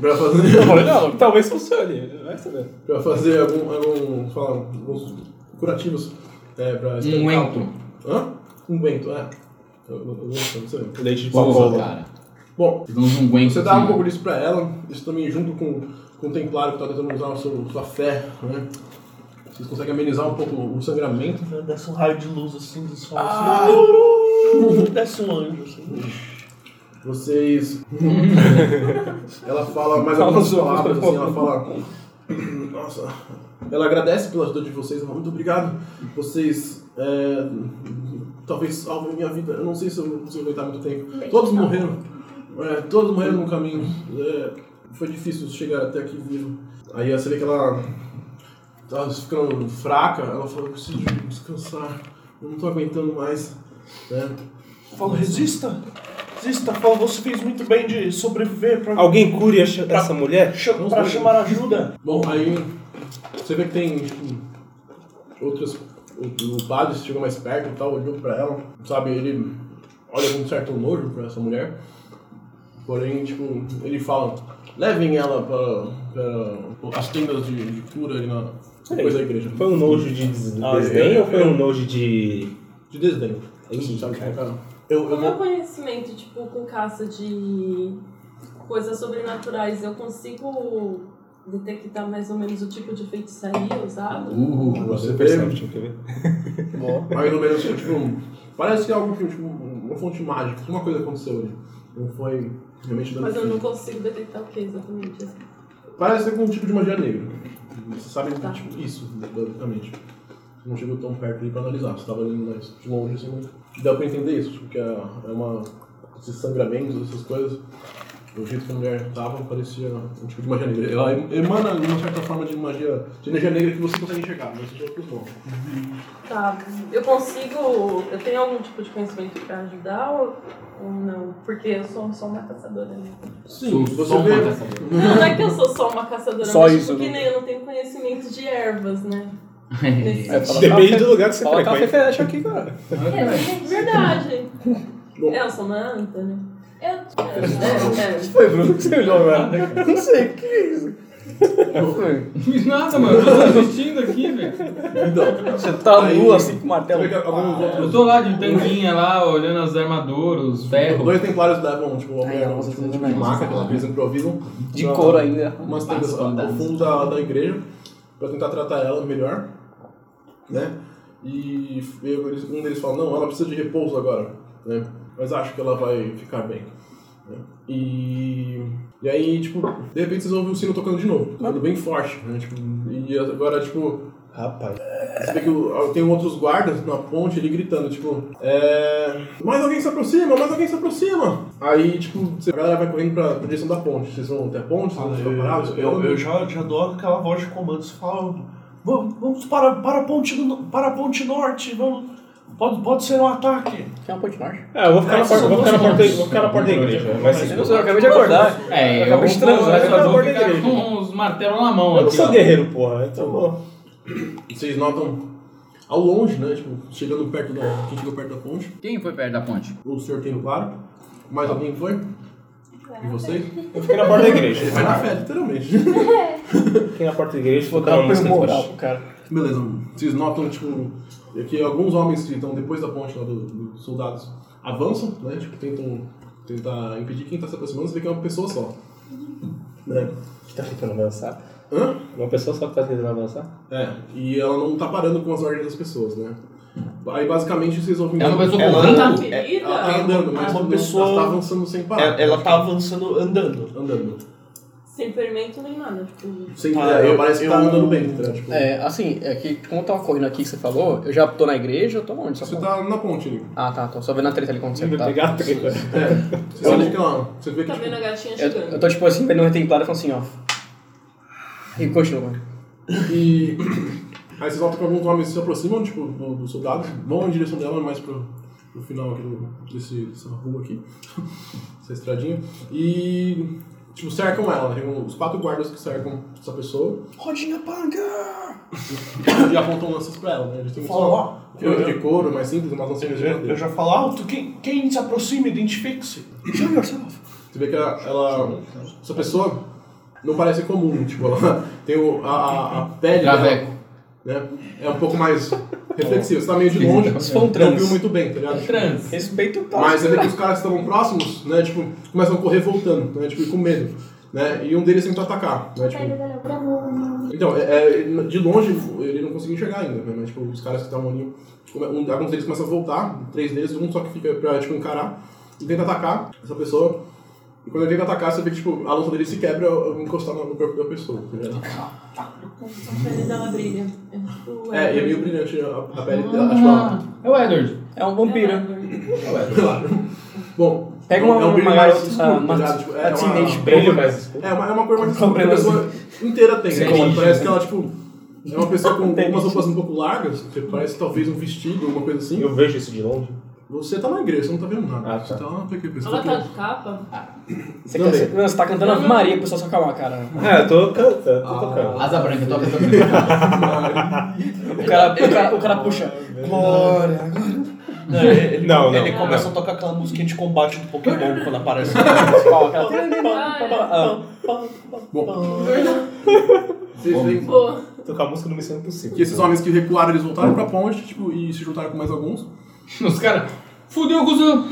Pra fazer, Olha, não, talvez funcione. Vai saber. pra fazer algum, algum, fala, alguns curativos. É, pra Um espancar. ento. Hã? Um bento, é. Eu- eu- eu não sei, não sei. Leite de Porra, cola. cara. Bom, Fiz uns ungüentos. você dá um assim, pouco disso pra ela, isso também junto com, com o templário que tá tentando usar a sua, sua fé, né? Vocês conseguem amenizar um pouco o sangramento. Desce um raio de luz assim, dos falam assim. Desce um anjo assim. Vocês. ela fala mais algumas palavras, assim, ela fala. Nossa. Ela agradece pela ajuda de vocês, ela, muito obrigado. Vocês. é, talvez salvem minha vida. Eu não sei se eu consigo aguentar muito tempo. Todos morreram. É, todos morreram no caminho. É, foi difícil chegar até aqui vivo. Aí você vê que ela tá ficando fraca, ela fala, eu preciso descansar. Eu não tô aguentando mais. né? Eu falo, resista! Resista, fala, você fez muito bem de sobreviver pra, Alguém cure essa essa mulher? cha- Não pra sei. chamar ajuda. Bom, aí você vê que tem tipo, outras. O, o padre chegou mais perto e tal, olhou pra ela, sabe? Ele olha com um certo nojo pra essa mulher. Porém, tipo, ele fala: levem ela para as tendas de, de cura ali na. depois da igreja. é, Foi um nojo de des- Ah, desdém eu- ou foi um nojo de. De desdém. Ih, sabe? cara. cara, Eu, O eu meu vou. conhecimento, tipo, com caça de coisas sobrenaturais, eu consigo detectar mais ou menos o tipo de feitiçaria usado? Uh, Você Você vê, percebe, tinha que ver. mais ou menos, tipo, parece que é algo que, tipo, uma fonte mágica, alguma coisa aconteceu ali. Não foi realmente dando Mas eu fim. não consigo detectar o que exatamente. assim. Parece ser com um tipo de magia negra. Você sabe Tá. tipo, isso, basicamente. Você não chegou tão perto ali pra analisar, você tava olhando mais de longe assim. mas Dá pra entender isso, tipo, que é, é uma. esses sangramentos, essas coisas. Do jeito que a mulher tava, parecia um tipo de magia negra. Ela em- emana uma certa forma de magia. de energia negra que você consegue enxergar, mas é você já acostumou. Tá, eu consigo. Eu tenho algum tipo de conhecimento pra ajudar ou, ou não? Porque eu sou só uma caçadora, né? Sim, você som vê. dessa vez. Não é que eu sou só uma caçadora, Só mas isso, tipo, que né? nem eu não tenho conhecimento de ervas, né? Nesse É, fala- Depende do lugar que você Fala com a frequenta. Fefeleche aqui, cara. É verdade. Bom. É, eu sou uma anta, né? Eu É, Foi, Bruno, que você olhou agora. Não sei, o que é isso? Não fiz nada, mano. Eu tô assistindo aqui, velho. Então, Você tá Aí. nu assim com o você martelo. vê que alguns Eu outros. tô lá de um tanguinha lá, olhando as armaduras, os é. ferros. Dois templários levam, tipo, a Ai, mulher não, um vocês tipo não de lembram. maca que ela- eles improvisam. é. De Pra- couro ainda. umas tendas ao Bastardas. fundo da, da igreja pra tentar tratar ela melhor, né? E eu- eles- um deles fala, não, ela precisa de repouso agora, né? Mas acho que ela vai ficar bem. né? E, e aí, tipo, de repente vocês ouvem o sino tocando de novo, tocando bem forte, né? Tipo, e agora, tipo, é, Rapaz. você vê que o- ah, tem outros guardas na ponte ali gritando, tipo, é. Mais alguém se aproxima, mais alguém se aproxima! Aí, tipo, você- a galera vai correndo pra, pra direção da ponte. Vocês vão até a ponte, vocês vão ficar parados, Eu, eu, eu já, já dou aquela voz de comando, você fala, "Vamos- vamos para, para, a ponte, do no- para a ponte norte, vamos, pode, pode ser um ataque. Tem uma ponte norte. Ah, eu vou ficar na porta, vou ficar na porta, vou ficar na porta da igreja. Mas Eu seguro. não sei, eu acabei de acordar. É, eu Acabou de transar, vou, acabou eu vou de ficar igreja. com os martelos na mão Eu não aqui, sou ó. guerreiro, porra. Então, bom. Vocês notam ao longe, né? Tipo, chegando perto da. Quem chegou perto da ponte? Quem foi perto da ponte? O senhor tem claro. Mais Tá. alguém foi? E vocês? Eu fiquei na porta da igreja. Vai na fé, literalmente. Fiquei na porta da igreja e vou Vou dar dar uma apoio música moral triste. pro cara. Beleza, um vocês notam, tipo, que alguns homens que estão depois da ponte lá do- dos soldados avançam, né? Tipo, tentam tentar impedir quem tá se aproximando, você vê que é uma pessoa só. Né? Que tá tentando avançar? Hã? Uma pessoa só que tá tentando avançar? É, e ela não tá parando com as ordens das pessoas, né? Aí basicamente vocês ouvem. Ela começou Ela- é, correndo. querida. Ela tá andando, Ah, mas Uma não- pessoa- ela tá avançando sem parar. Ela, ela tá avançando andando. Andando. Sem ferimento nem nada, tipo. Sem, Ah, é, eu- parece que eu- tá andando bem, tá? Tipo, É, assim, é que como eu tava correndo aqui que você falou, eu já tô na igreja, eu tô onde? Só Você pra- tá na ponte ali. Ah, tá, tô só vendo a treta ali acontecendo, Vai tá? pegar a treta. É. Você sabe que ela. Você vê que Tá tipo, vendo a gatinha Eu, chegando. Tá eu tô tipo assim, vendo o retemplado e falo assim, ó. E continua. E aí vocês notam que alguns homens se aproximam, tipo, do- dos soldados, vão em direção dela, mais pro, pro final aqui do, desse, dessa rua aqui, essa estradinha. E, tipo, cercam ela. Tem os quatro guardas que cercam essa pessoa Rodinha panga! e apontam lanças pra ela, né? Eles têm Fala, só ó. couro de couro, mais simples, umas lancinhas de Eu madeira. já falo alto, quem, quem se aproxima, identifique-se. Show yourself! Você vê que ela, ela- Essa pessoa não parece comum, tipo, ela tem o, a, a- a pele dela, Traveco. né? É um pouco mais reflexiva. Você tá meio de longe, Se for um não viu trans. muito bem, tá ligado? Trans. Respeito o tal. Mas você vê que os caras que estavam próximos, né, tipo, começam a correr voltando, né, tipo, e com medo, né? E um deles tenta atacar, né, tipo, então, é- é, ele- de longe ele não conseguiu enxergar ainda, né? Mas, tipo, os caras que estavam ali. come- um- alguns deles começam a voltar, três deles, um só que fica pra tipo, encarar e tenta atacar essa pessoa. E quando ele tenta atacar, você vê que tipo, a lança dele se quebra ao encostar no no corpo da pessoa. tá ligado? Só pra ele dar uma brilha. O É, e é meio brilhante a, a pele dela. Tipo, ela- É o Edward. É um vampiro. claro. Bom, Pega é um- uma, é um brilho uma mais garota, escuro, tá uma, ligado? Tipo, é uma- teenage brilho, mas mas... É uma, é uma cor mais escura que a Problema assim. pessoa inteira tem. né? Sim. Parece que ela, tipo, é uma pessoa com Tem umas isso. roupas um pouco largas, que parece talvez um vestido, alguma coisa assim. Eu vejo isso de longe. Você tá na igreja, você não tá vendo nada. Ah, tá. Você tá lá, porque você Ela tá tá aqui. de capa? Você, Também. quer- não, você tá cantando Ave Maria pro pessoal se acalmar, cara. Ah, eu tô cantando, tô tocando. Asa branca, toca asa branca. O cara, o cara, o cara puxa. Glória. Não, ele, Não, não. ele começa a tocar aquela musiquinha de combate do Pokémon quando aparece. Você Ó, o cara- é." Ah, Bom, é. vocês veem Boa. Tocar música no Missão Impossível. que esses homens que recuaram, eles voltaram pra ponte, tipo, e se juntaram com mais alguns. Os caras. Fudeu, cuzão!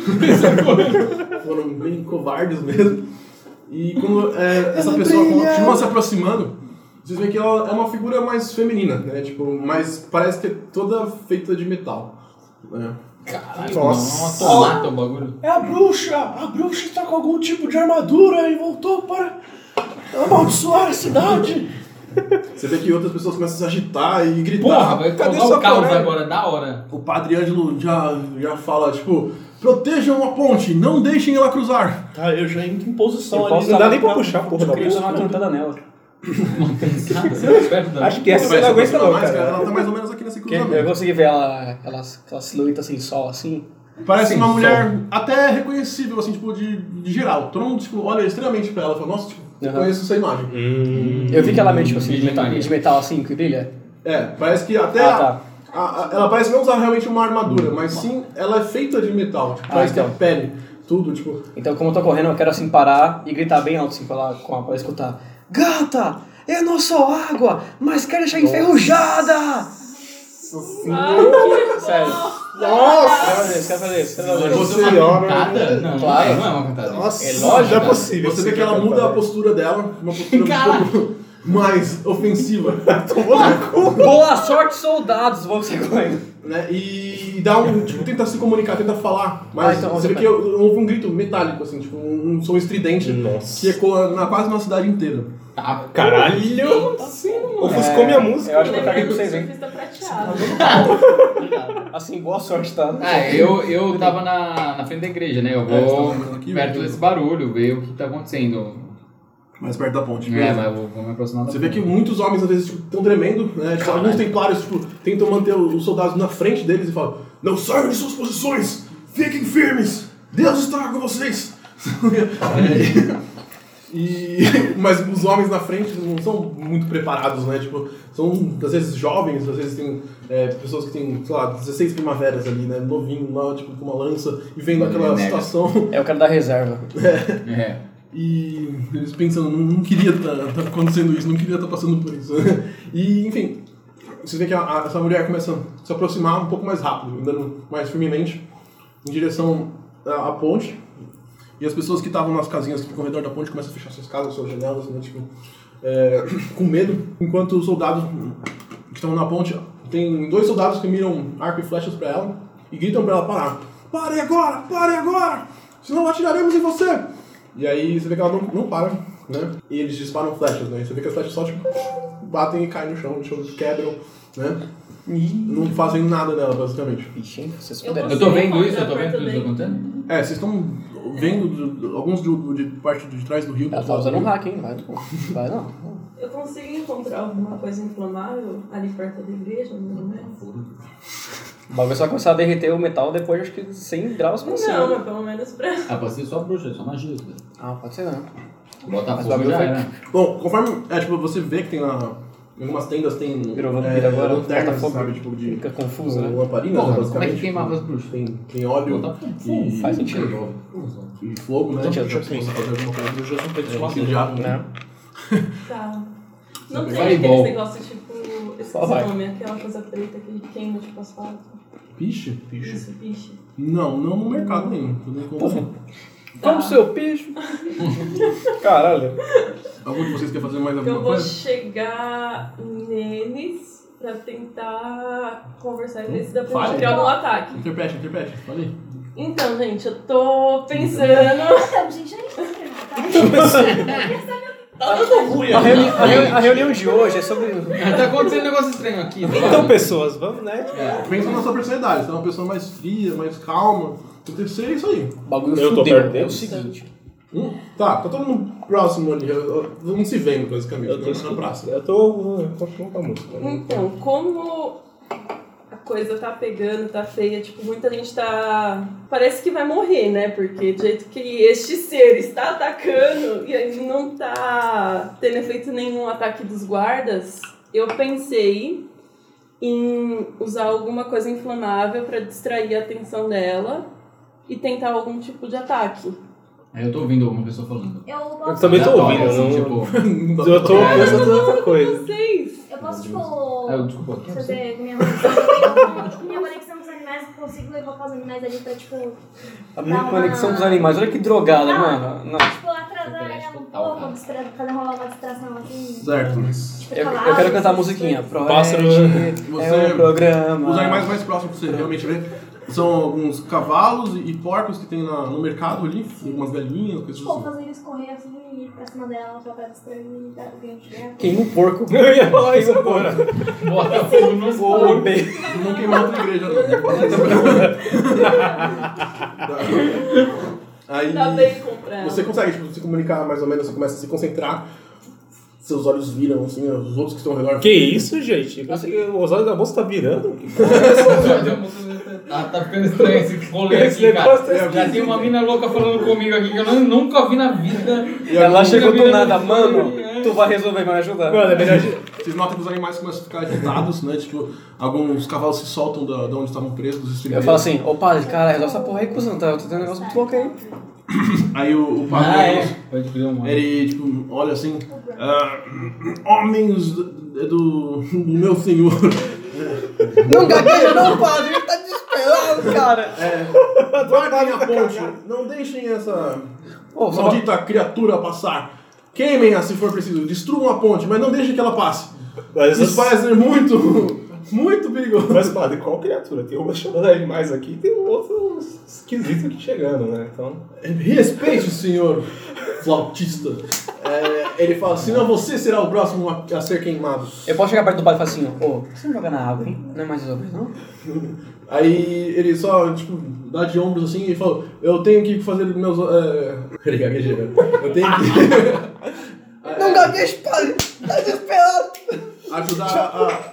Foram bem covardes mesmo. E quando é, essa pessoa continua se aproximando, vocês veem que ela é uma figura mais feminina, né? Tipo, mas parece que é toda feita de metal. né? Caralho, Nossa. mano, uma tomata o bagulho. É a bruxa! A bruxa está com algum tipo de armadura e voltou para amaldiçoar a cidade! Você vê que outras pessoas começam a se agitar e gritar. Porra, vai Cadê causar sua o caos coragem?" agora, da hora. O padre Ângelo já, já fala, tipo, protejam a ponte, não deixem ela cruzar. Tá, eu já entro em posição Eu ali. posso Não dá nem pra Não, puxar, porra, Eu da queria dar música. uma cantada nela. Pensado, né? Perto da- Acho que é essa Vai, você você não aguenta aproxima não, mais, cara. cara. Ela tá mais ou menos aqui nesse Que- Eu cruzamento. consegui ver ela, aquela, aquela silhueta sem sol, assim. Parece Sim, uma só. mulher até reconhecível, assim, tipo, de, de geral. Todo mundo, tipo, olha extremamente pra ela e fala, nossa, tipo, eu Aham. conheço essa imagem. Eu vi que ela é meio, tipo assim, de Virgem metal, Maria. de metal, assim, que brilha. É, parece que até... Ah, tá. a- a- ela parece não usar realmente uma armadura, mas sim, ela é feita de metal. Tipo, Ah, parece que é então. pele, tudo, tipo... Então, como eu tô correndo, eu quero, assim, parar e gritar bem alto, assim, pra, ela, com ela- pra ela escutar. Gata, eu não sou água, mas quero deixar enferrujada! Sério. Nossa! Quero fazer isso, quero fazer isso. Quero fazer isso. Você- Cantada? Não, Claro. não é uma cantada. Nossa, é não lógico. é possível. Você vê que ela muda a postura dela, uma postura um pouco mais ofensiva. Boa sorte, soldados! Vamos sair correndo. né? E dá um. Tipo, tenta se comunicar, tenta falar. Mas Ah, então você vê você que houve um grito metálico, assim, tipo, um um som estridente Nossa. que ecoa na, quase na cidade inteira. Tá, Caralho! Ofuscou minha música. Eu acho que eu caguei pra vocês, hein? surfista prateado. Assim, boa sorte, tá? Ah, eu, eu tava na, na frente da igreja, né? Eu É, você tava vou andando aqui, perto viu? desse barulho, ver o que tá acontecendo. Mais perto da ponte. É, mas eu vou, vou me aproximar da Você vê que muitos homens às vezes estão tremendo, né? Tipo, alguns templários tipo, tentam manter os soldados na frente deles e falam: Não saiam de suas posições! Fiquem firmes! Deus está com vocês! E, mas os homens na frente não são muito preparados, né? Tipo, são às vezes jovens, às vezes tem é, pessoas que têm, sei lá, 16 primaveras ali, né? Novinho lá, tipo, com uma lança e vendo aquela Nega. situação. É o cara da reserva. É. E eles pensando, não, não queria estar acontecendo isso, não queria estar passando por isso. E, enfim, vocês veem que a- a- essa mulher começa a se aproximar um pouco mais rápido, andando mais firmemente em direção à, à ponte. E as pessoas que estavam nas casinhas que ficam ao redor da ponte começam a fechar suas casas, suas janelas, né, tipo, é, com medo. Enquanto os soldados que estão na ponte, tem dois soldados que miram arco e flechas para ela e gritam para ela parar. Pare agora, pare agora, senão atiraremos em você. E aí você vê que ela não, não para, né? E eles disparam flechas, né? E você vê que as flechas só tipo, batem e caem no chão, tipo, quebram, né? Não fazem nada nela, basicamente. Ixi, vocês Eu puderam. Eu tô Sim, vendo mas isso, é eu tô vendo perto tudo isso bem. acontecendo. É, vocês estão vendo do- do- alguns do- de, parte de trás do rio. Ela tá usando um hack, hein? Vai não. Vai não. Eu consigo encontrar alguma coisa inflamável ali perto da igreja, mais ou menos? O bagulho é só vai começar a derreter o metal depois, acho que 100 graus pra cima. Não, mas pelo menos pra. Ah, pode ser só bruxa, só magia. velho. Ah, pode ser não. Botar Mas o fogo bagulho já foi- era. Bom, conforme é, tipo, você vê que tem na, Em algumas tendas tem é, Virou vampiro agora, lanternas, Botafogo. sabe? Tipo, de Fica confuso, né? tá lamparina, Porra, basicamente. como é que queimava tipo, as bruxas? Tem, tem óleo Botafogo, e... né? faz sentido. E fogo, né? Sentido, Tipo, sentido. você fazer alguma coisa do Bruxas são feitas de é, madeira. incendiado, né? Né? Não. Não tem Vai aquele embol. negócio tipo. Eu esqueci Só vai. o nome, aquela coisa preta que queima tipo asfalto. Piche? Isso, piche. Não, não no mercado nenhum. Tô nem contando. Como seu bicho? Caralho. Algum de vocês quer fazer mais Eu alguma vou coisa? chegar neles pra tentar conversar com eles da pra Fala. gente criar algum ataque. Interprete, interprete. Falei. Então, gente, eu tô pensando. Então, gente, é isso, tá? Tá dando ruim A, reuni- aqui. a reuni- a reunião de hoje é sobre. Tá acontecendo um negócio estranho aqui. Então, pessoas, vamos, né? É, Pensa na sua personalidade. Você é uma pessoa mais fria, mais calma. Tem que ser isso aí. Bagulho Eu tô fudeu. perto É o deles? seguinte. Hum? Tá, tá todo mundo próximo ali. eu- eu- Todo mundo se vendo, basicamente. né, Eu tô na praça. Eu tô. Eu tô com a música. Então, como a coisa tá pegando, tá feia, tipo, muita gente tá. Parece que vai morrer, né? Porque do jeito que este ser está atacando e ainda não tá tendo efeito nenhum ataque dos guardas, eu pensei em usar alguma coisa inflamável pra distrair a atenção dela e tentar algum tipo de ataque. Aí eu tô ouvindo alguma pessoa falando. Eu Eu posso, também tô Aleatório, ouvindo, eu assim, não. Tipo, Não dá Eu tô pra- pensando em outra coisa. Vocês! eu posso, tipo, ah, eu, desculpa. o que é você? fazer minha conexão, minha conexão com os animais, eu consigo levar com os animais ali pra, tipo, A minha conexão dos animais. Olha que drogada, mano. Não. tipo atrasar Interesse ela um total, cara. pouco, pra fazer rolar uma distração assim. Certo. tipo, Eu, falar, eu quero ah, cantar a essas musiquinha. coisas. Proeste é Você- um programa. Os animais mais próximos que você realmente vê são alguns cavalos e e porcos que tem na- no mercado ali. Algumas galinhas, coisas Tipo, assim. fazer eles correr assim e ir pra cima dela, pra pra distrair e dar o gancho dela. Queima um porco. Eu ia falar isso agora. Botafogo no Porco. Não queimou outra igreja, não. Aí. Hum. Tá bem comprar. Você consegue tipo, se comunicar mais ou menos, você começa a se concentrar, seus olhos viram assim, os outros que estão ao redor. Que isso, gente? Você- Os olhos da moça tá virando? Ah, tá ficando estranho esse rolê Esse aqui, cara. negócio tá estranho. Já tem uma mina louca falando comigo aqui que eu nu- nunca vi na vida. Ela chegou Nunca do vi na nada, vida. mano. É. Tu vai resolver, vai me ajudar. Mano, é melhor. de- Vocês notam que os animais começam a ficar agitados, né? Tipo, alguns cavalos se soltam da, da onde estavam presos, dos Eu estribeiros. falo assim, ô padre, cara, resolve essa porra aí, cuzão. Tá, eu tô tendo um negócio muito louco aí. Aí o, o padre, Ah, é. Pode pedir um ele tipo, olha assim, ah, homens do, do- do meu senhor, Não gagueja não, padre. Ele tá desesperado, cara. guardem a ponte, não deixem essa Ô, só maldita criatura passar. Queimem-a se for preciso, destruam a ponte, mas não deixem que ela passe. Mas, Isso mas, faz muito, muito perigoso. mas padre, qual criatura? Tem uma chamando animais aqui e tem um outro esquisito aqui chegando, né? Então. Respeite o senhor flautista. É, ele fala, senão você será o próximo a, a ser queimado. Eu posso chegar perto do padre e falar assim, ô, por que você não joga na água, hein? Não é mais resolvido, não? Aí ele só, tipo, dá de ombros assim e fala, eu tenho que fazer meus... É... Ele gagueja, né? Eu tenho que Não gagueja, padre. Tá desesperado. ajudar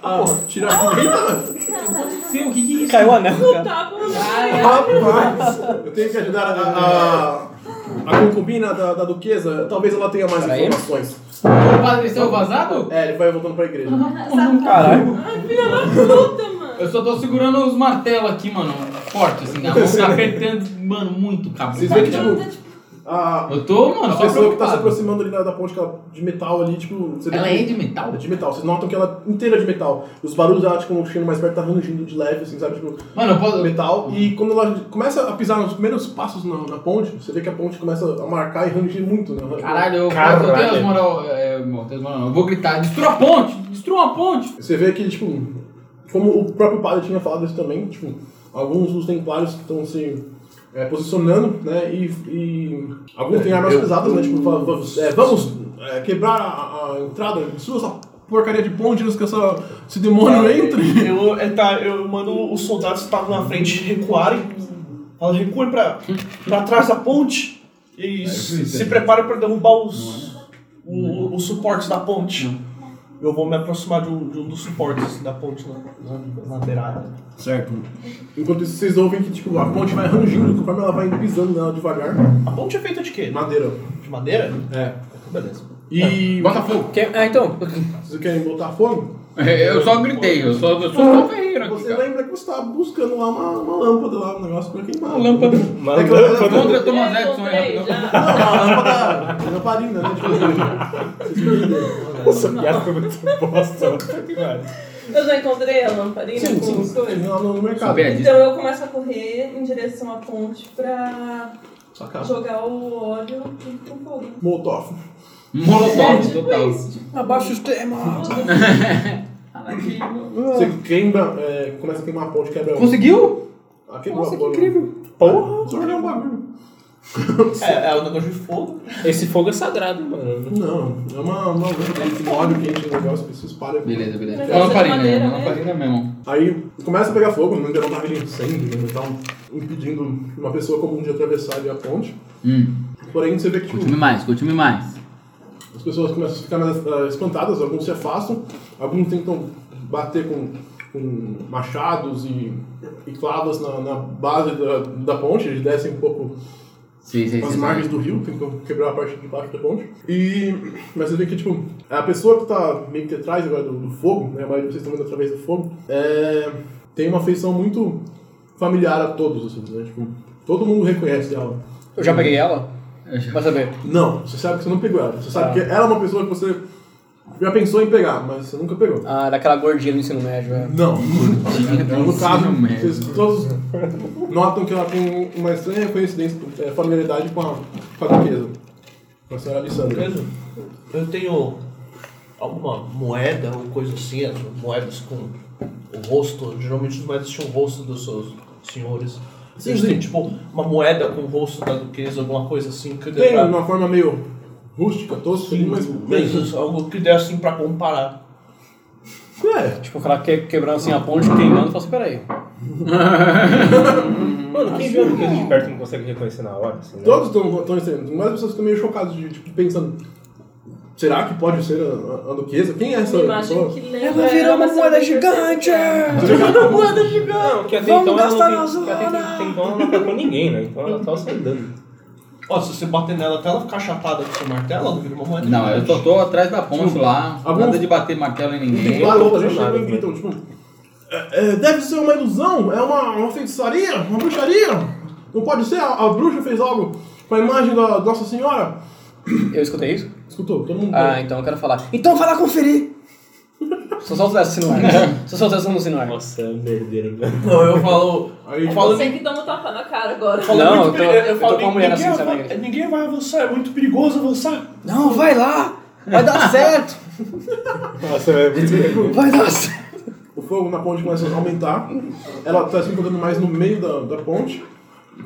a, a- a tirar a comida. Sim, o que que é isso? Caiu o anel, cara. Tá Ah. por um Rapaz, eu tenho que ajudar a... a... a concubina da, da duquesa, talvez ela tenha mais Peraí. informações. O padre saiu vazado? É, ele vai voltando pra igreja. Caralho. filho da puta, mano. Eu só tô segurando os martelos aqui, mano. Forte, assim. A mão tá apertando, mano, muito, cara. Vocês veem que, tipo, a, Eu tô, mano, a só pessoa que tá se preocupado. aproximando ali da, da ponte que ela- de metal ali, tipo... Você vê Ela que- é de metal? É de metal, vocês notam que ela é inteira de metal. Os barulhos dela, tipo, chegando mais perto, tá rangindo de leve, assim, sabe? Tipo, Mano, eu posso... metal. E quando ela começa a pisar nos primeiros passos na, na ponte, você vê que a ponte começa a marcar e ranger muito, né? Caralho, eu, Caralho. eu tenho as moral... É, meu, tenho as moral não. Eu vou gritar, destrua a ponte! Destrua a ponte! Você vê que, tipo, como o próprio padre tinha falado isso também, tipo, alguns dos templários estão se é, posicionando, né? E, e alguns têm armas pesadas, né? Tipo, fala, vamos, é, vamos, é, quebrar a, a entrada, sua essa porcaria de ponte antes que essa, esse demônio entre. Eu, é, tá, eu mando os soldados que estavam na frente recuarem. Fala, recuem pra, pra trás da ponte É, e se se preparem pra derrubar os, o- os suportes da ponte. Eu vou me aproximar de um, de um dos suportes da ponte na, na, na beirada. Certo. Enquanto isso, vocês ouvem que tipo, a ponte vai rangindo conforme ela vai pisando nela devagar. A ponte é feita de quê? Madeira. De madeira? É. Beleza. E. Botafogo. Quem- Ah, então. Vocês querem botar fogo? É, Eu só gritei, eu só, eu sou Ah. só ferreiro aqui, Você cara. lembra que você tava buscando lá uma, uma lâmpada lá, um negócio pra queimar. Uma lâmpada. Mano, É que eu- quando- Contra Thomas É, Eu Edison né? aí, encontrei rapidão. Não, uma lâmpada lamparina, né? Tipo assim. Nossa, a piada foi muito bosta. Puta que pariu. Eu já encontrei a lamparina Sim, com sim. as coisas. Lá no mercado. Piadista. Então eu começo a correr em direção à ponte pra Sua casa. jogar o óleo junto com fogo. Molotov. É Molotov, tipo total. isso, tipo, Abaixa os temas. fala aqui. Você queima, é, começa a queimar a ponte, quebra o- Conseguiu? Ah, quebrou Nossa, a que ponte. incrível. Porra! Só jogar um bagulho. É, é um negócio de fogo. Esse fogo é sagrado, hein, mano. Não, é uma, uma lâmpada com óleo quente, um negócio, as pessoas param. Beleza, beleza. Mas É uma lamparina, madeira é uma mesmo. lamparina mesmo. Aí começa a pegar fogo, no geral tava ele incêndio, né? Tava impedindo uma pessoa comum de atravessar ali a ponte. Hum, Porém, você vê que tipo, continue mais, continue mais. as pessoas começam a ficar mais, ah, espantadas, alguns se afastam, alguns tentam bater com, com machados e, e clavas na, na base da, da ponte, eles descem um pouco Sim, sim, as sim. margens do rio, tem que quebrar a parte de baixo da ponte. E, mas você vê que, tipo, a pessoa que tá meio que atrás agora do, do fogo, né, a maioria de vocês estão vendo através do fogo, é, tem uma feição muito familiar a todos, assim, né? Tipo, todo mundo reconhece ela. Eu já peguei ela? Eu já- Vai saber. Não, você sabe que você não pegou ela. Você sabe Ah. que ela é uma pessoa que você já pensou em pegar, mas você nunca pegou. Ah, daquela gordinha do ensino médio, é. né? Não. No caso, Sim, mesmo. vocês todos notam que ela tem uma estranha coincidência, é, familiaridade com a, com a duquesa. Com a senhora Alessandra. Beleza? Eu tenho alguma moeda ou coisa assim, as moedas com o rosto. Geralmente as moedas tinham o rosto dos seus senhores. Vocês têm, tipo, uma moeda com o rosto da duquesa, alguma coisa assim que dê Tem um pra... uma forma meio rústica, tosca, ali, mas. Mas algo que dê assim pra comparar. É, Tipo, aquela que, quebrando assim a ponte, queimando, eu falo assim, peraí. Mano, quem vê o Duquesa de perto não consegue reconhecer na hora, assim, né? todos estão estranhando, mas as pessoas ficam meio chocadas, de, tipo, pensando: será que pode ser a, a, a duquesa? Quem é essa Uma imagem pessoa? que lembra. sendo perseguida. Não, que até Vamos então gastar ela não nosso tem, que até ouro. até então ela não atacou ninguém, né? Então ela tava só andando. Ó, se você bater nela até ela ficar chapada com seu martelo, ela vira uma moeda. Não, eu tô, tô atrás da ponte lá, Algum- nada de bater martelo em ninguém. Lá não outras tô gente nada, chegam e gritam, tipo. "É, é, deve ser uma ilusão, é uma, uma feitiçaria, uma bruxaria. Não pode ser, a, a bruxa fez algo com a imagem da Nossa Senhora. Eu escutei isso? Escutou, todo mundo. Ah, então eu quero falar. Então vai lá conferir! Só solta essa no ar. Só solta essa no ar. Nossa, merdeira, velho. Não, eu falo... Aí, Eu tipo, falo Você que toma um tapa na cara agora. falo Não, muito eu tô- peri- eu tô com uma mulher ninguém assim ava- também. Ninguém vai avançar, é muito perigoso avançar. Não, vai lá! Vai dar certo! Nossa, é muito merdeira. Vai dar certo! o fogo na ponte começa a aumentar. Ela tá se encontrando mais no meio da, da ponte.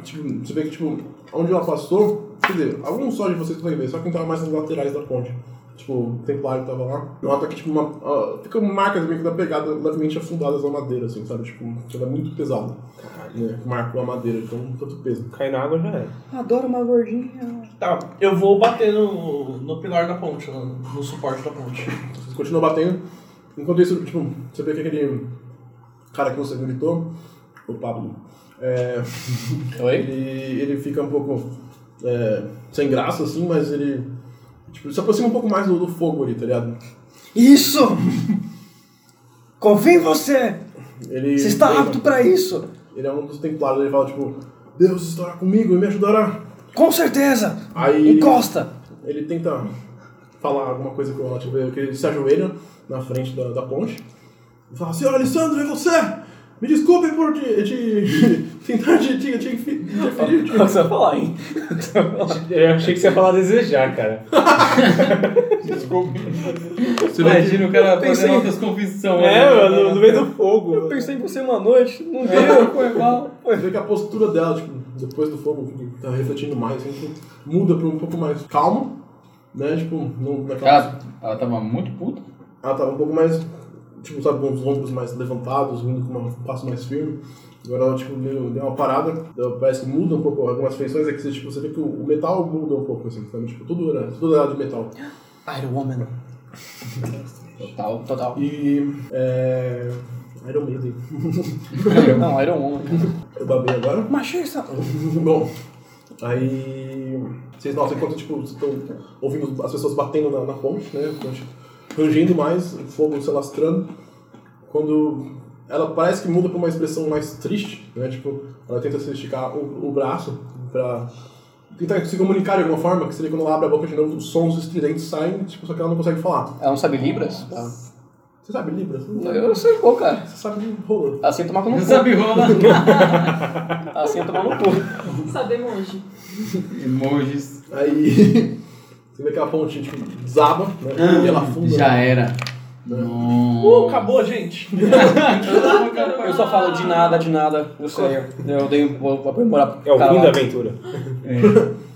Tipo, você vê que, tipo, onde ela passou. Quer dizer, alguns só de vocês conseguem ver, só quem tava mais nas laterais da ponte. Tipo, o templário tava lá. Nota que, tipo, uma, ah, ficam marcas meio que da pegada levemente afundadas na madeira, assim, sabe? Tipo, ela é muito pesada. Né? Marcou a madeira, então tanto peso. Cai na água já era. Adoro uma gordinha. Tá, eu vou bater no, no pilar da ponte, no, no suporte da ponte. Vocês continuam batendo. Enquanto isso, tipo, você vê que aquele cara que você gritou, o Pablo, é, Oi? ele, ele fica um pouco é, sem graça, assim, mas ele tipo, se aproxima um pouco mais do, do fogo ali, tá ligado? Isso! Confio em você! Ele, Você está ele- apto pra isso! Ele é um dos templários, ele fala, tipo, Deus estará comigo e me ajudará. Com certeza! Aí ele- Encosta! Ele tenta falar alguma coisa com ela, tipo, que ele se ajoelha na frente da, da ponte e fala: Senhora Alessandro, é você! Me desculpe por te, te tentar te, te, te infe- interferir. Tipo, Você vai falar, hein? Eu achei que você ia falar desejar, cara. você vê que- Imagina o cara Pensei- fazendo altas confissões. É, mano, no meio do fogo. Eu pensei em você uma noite, não deu, foi mal. você vê é que a postura dela, tipo, depois do fogo, que tá refletindo mais, assim, tipo, muda pra um pouco mais calmo, né? Tipo, não, naquela. Ela, ela tava muito puta. Ela tava um pouco mais, tipo, sabe, com os ombros mais levantados, indo com um passo mais firme. Agora ela, tipo, deu, deu uma parada, deu- parece que muda um pouco algumas feições, é que você, tipo, você vê que o, o metal muda um pouco, assim, sabe? Tipo, tudo era, tudo era de metal. Iron Woman. Total. Total. E, é... Iron Maiden. Não, um Iron Woman. Eu babei agora. Machista! Bom, Aí vocês notam enquanto tipo, vocês estão ouvindo as pessoas batendo na, na ponte, né? a ponte Rangindo mais, o fogo se alastrando. Quando ela parece que muda para uma expressão mais triste, né? Tipo, ela tenta se esticar o, o braço para tentar se comunicar de alguma forma, que seria quando ela abre a boca de novo, os sons estridentes saem, tipo, só que ela não consegue falar. Ela não sabe Libras? Você sabe Libras? Eu sei um pouco, cara. Você sabe de rola. Assim tomar no cu. Zabirola. Assim tomar no cu. Saber monge. Emojis. Aí você vê que a ponte tipo, desaba, né? e ela afunda. Já era. Uh, Nossa. acabou, gente. Eu só falo de nada, de nada. Eu sei. Eu dei vou- vou aprimorar pro É o cara fim Tá lá. da aventura. É.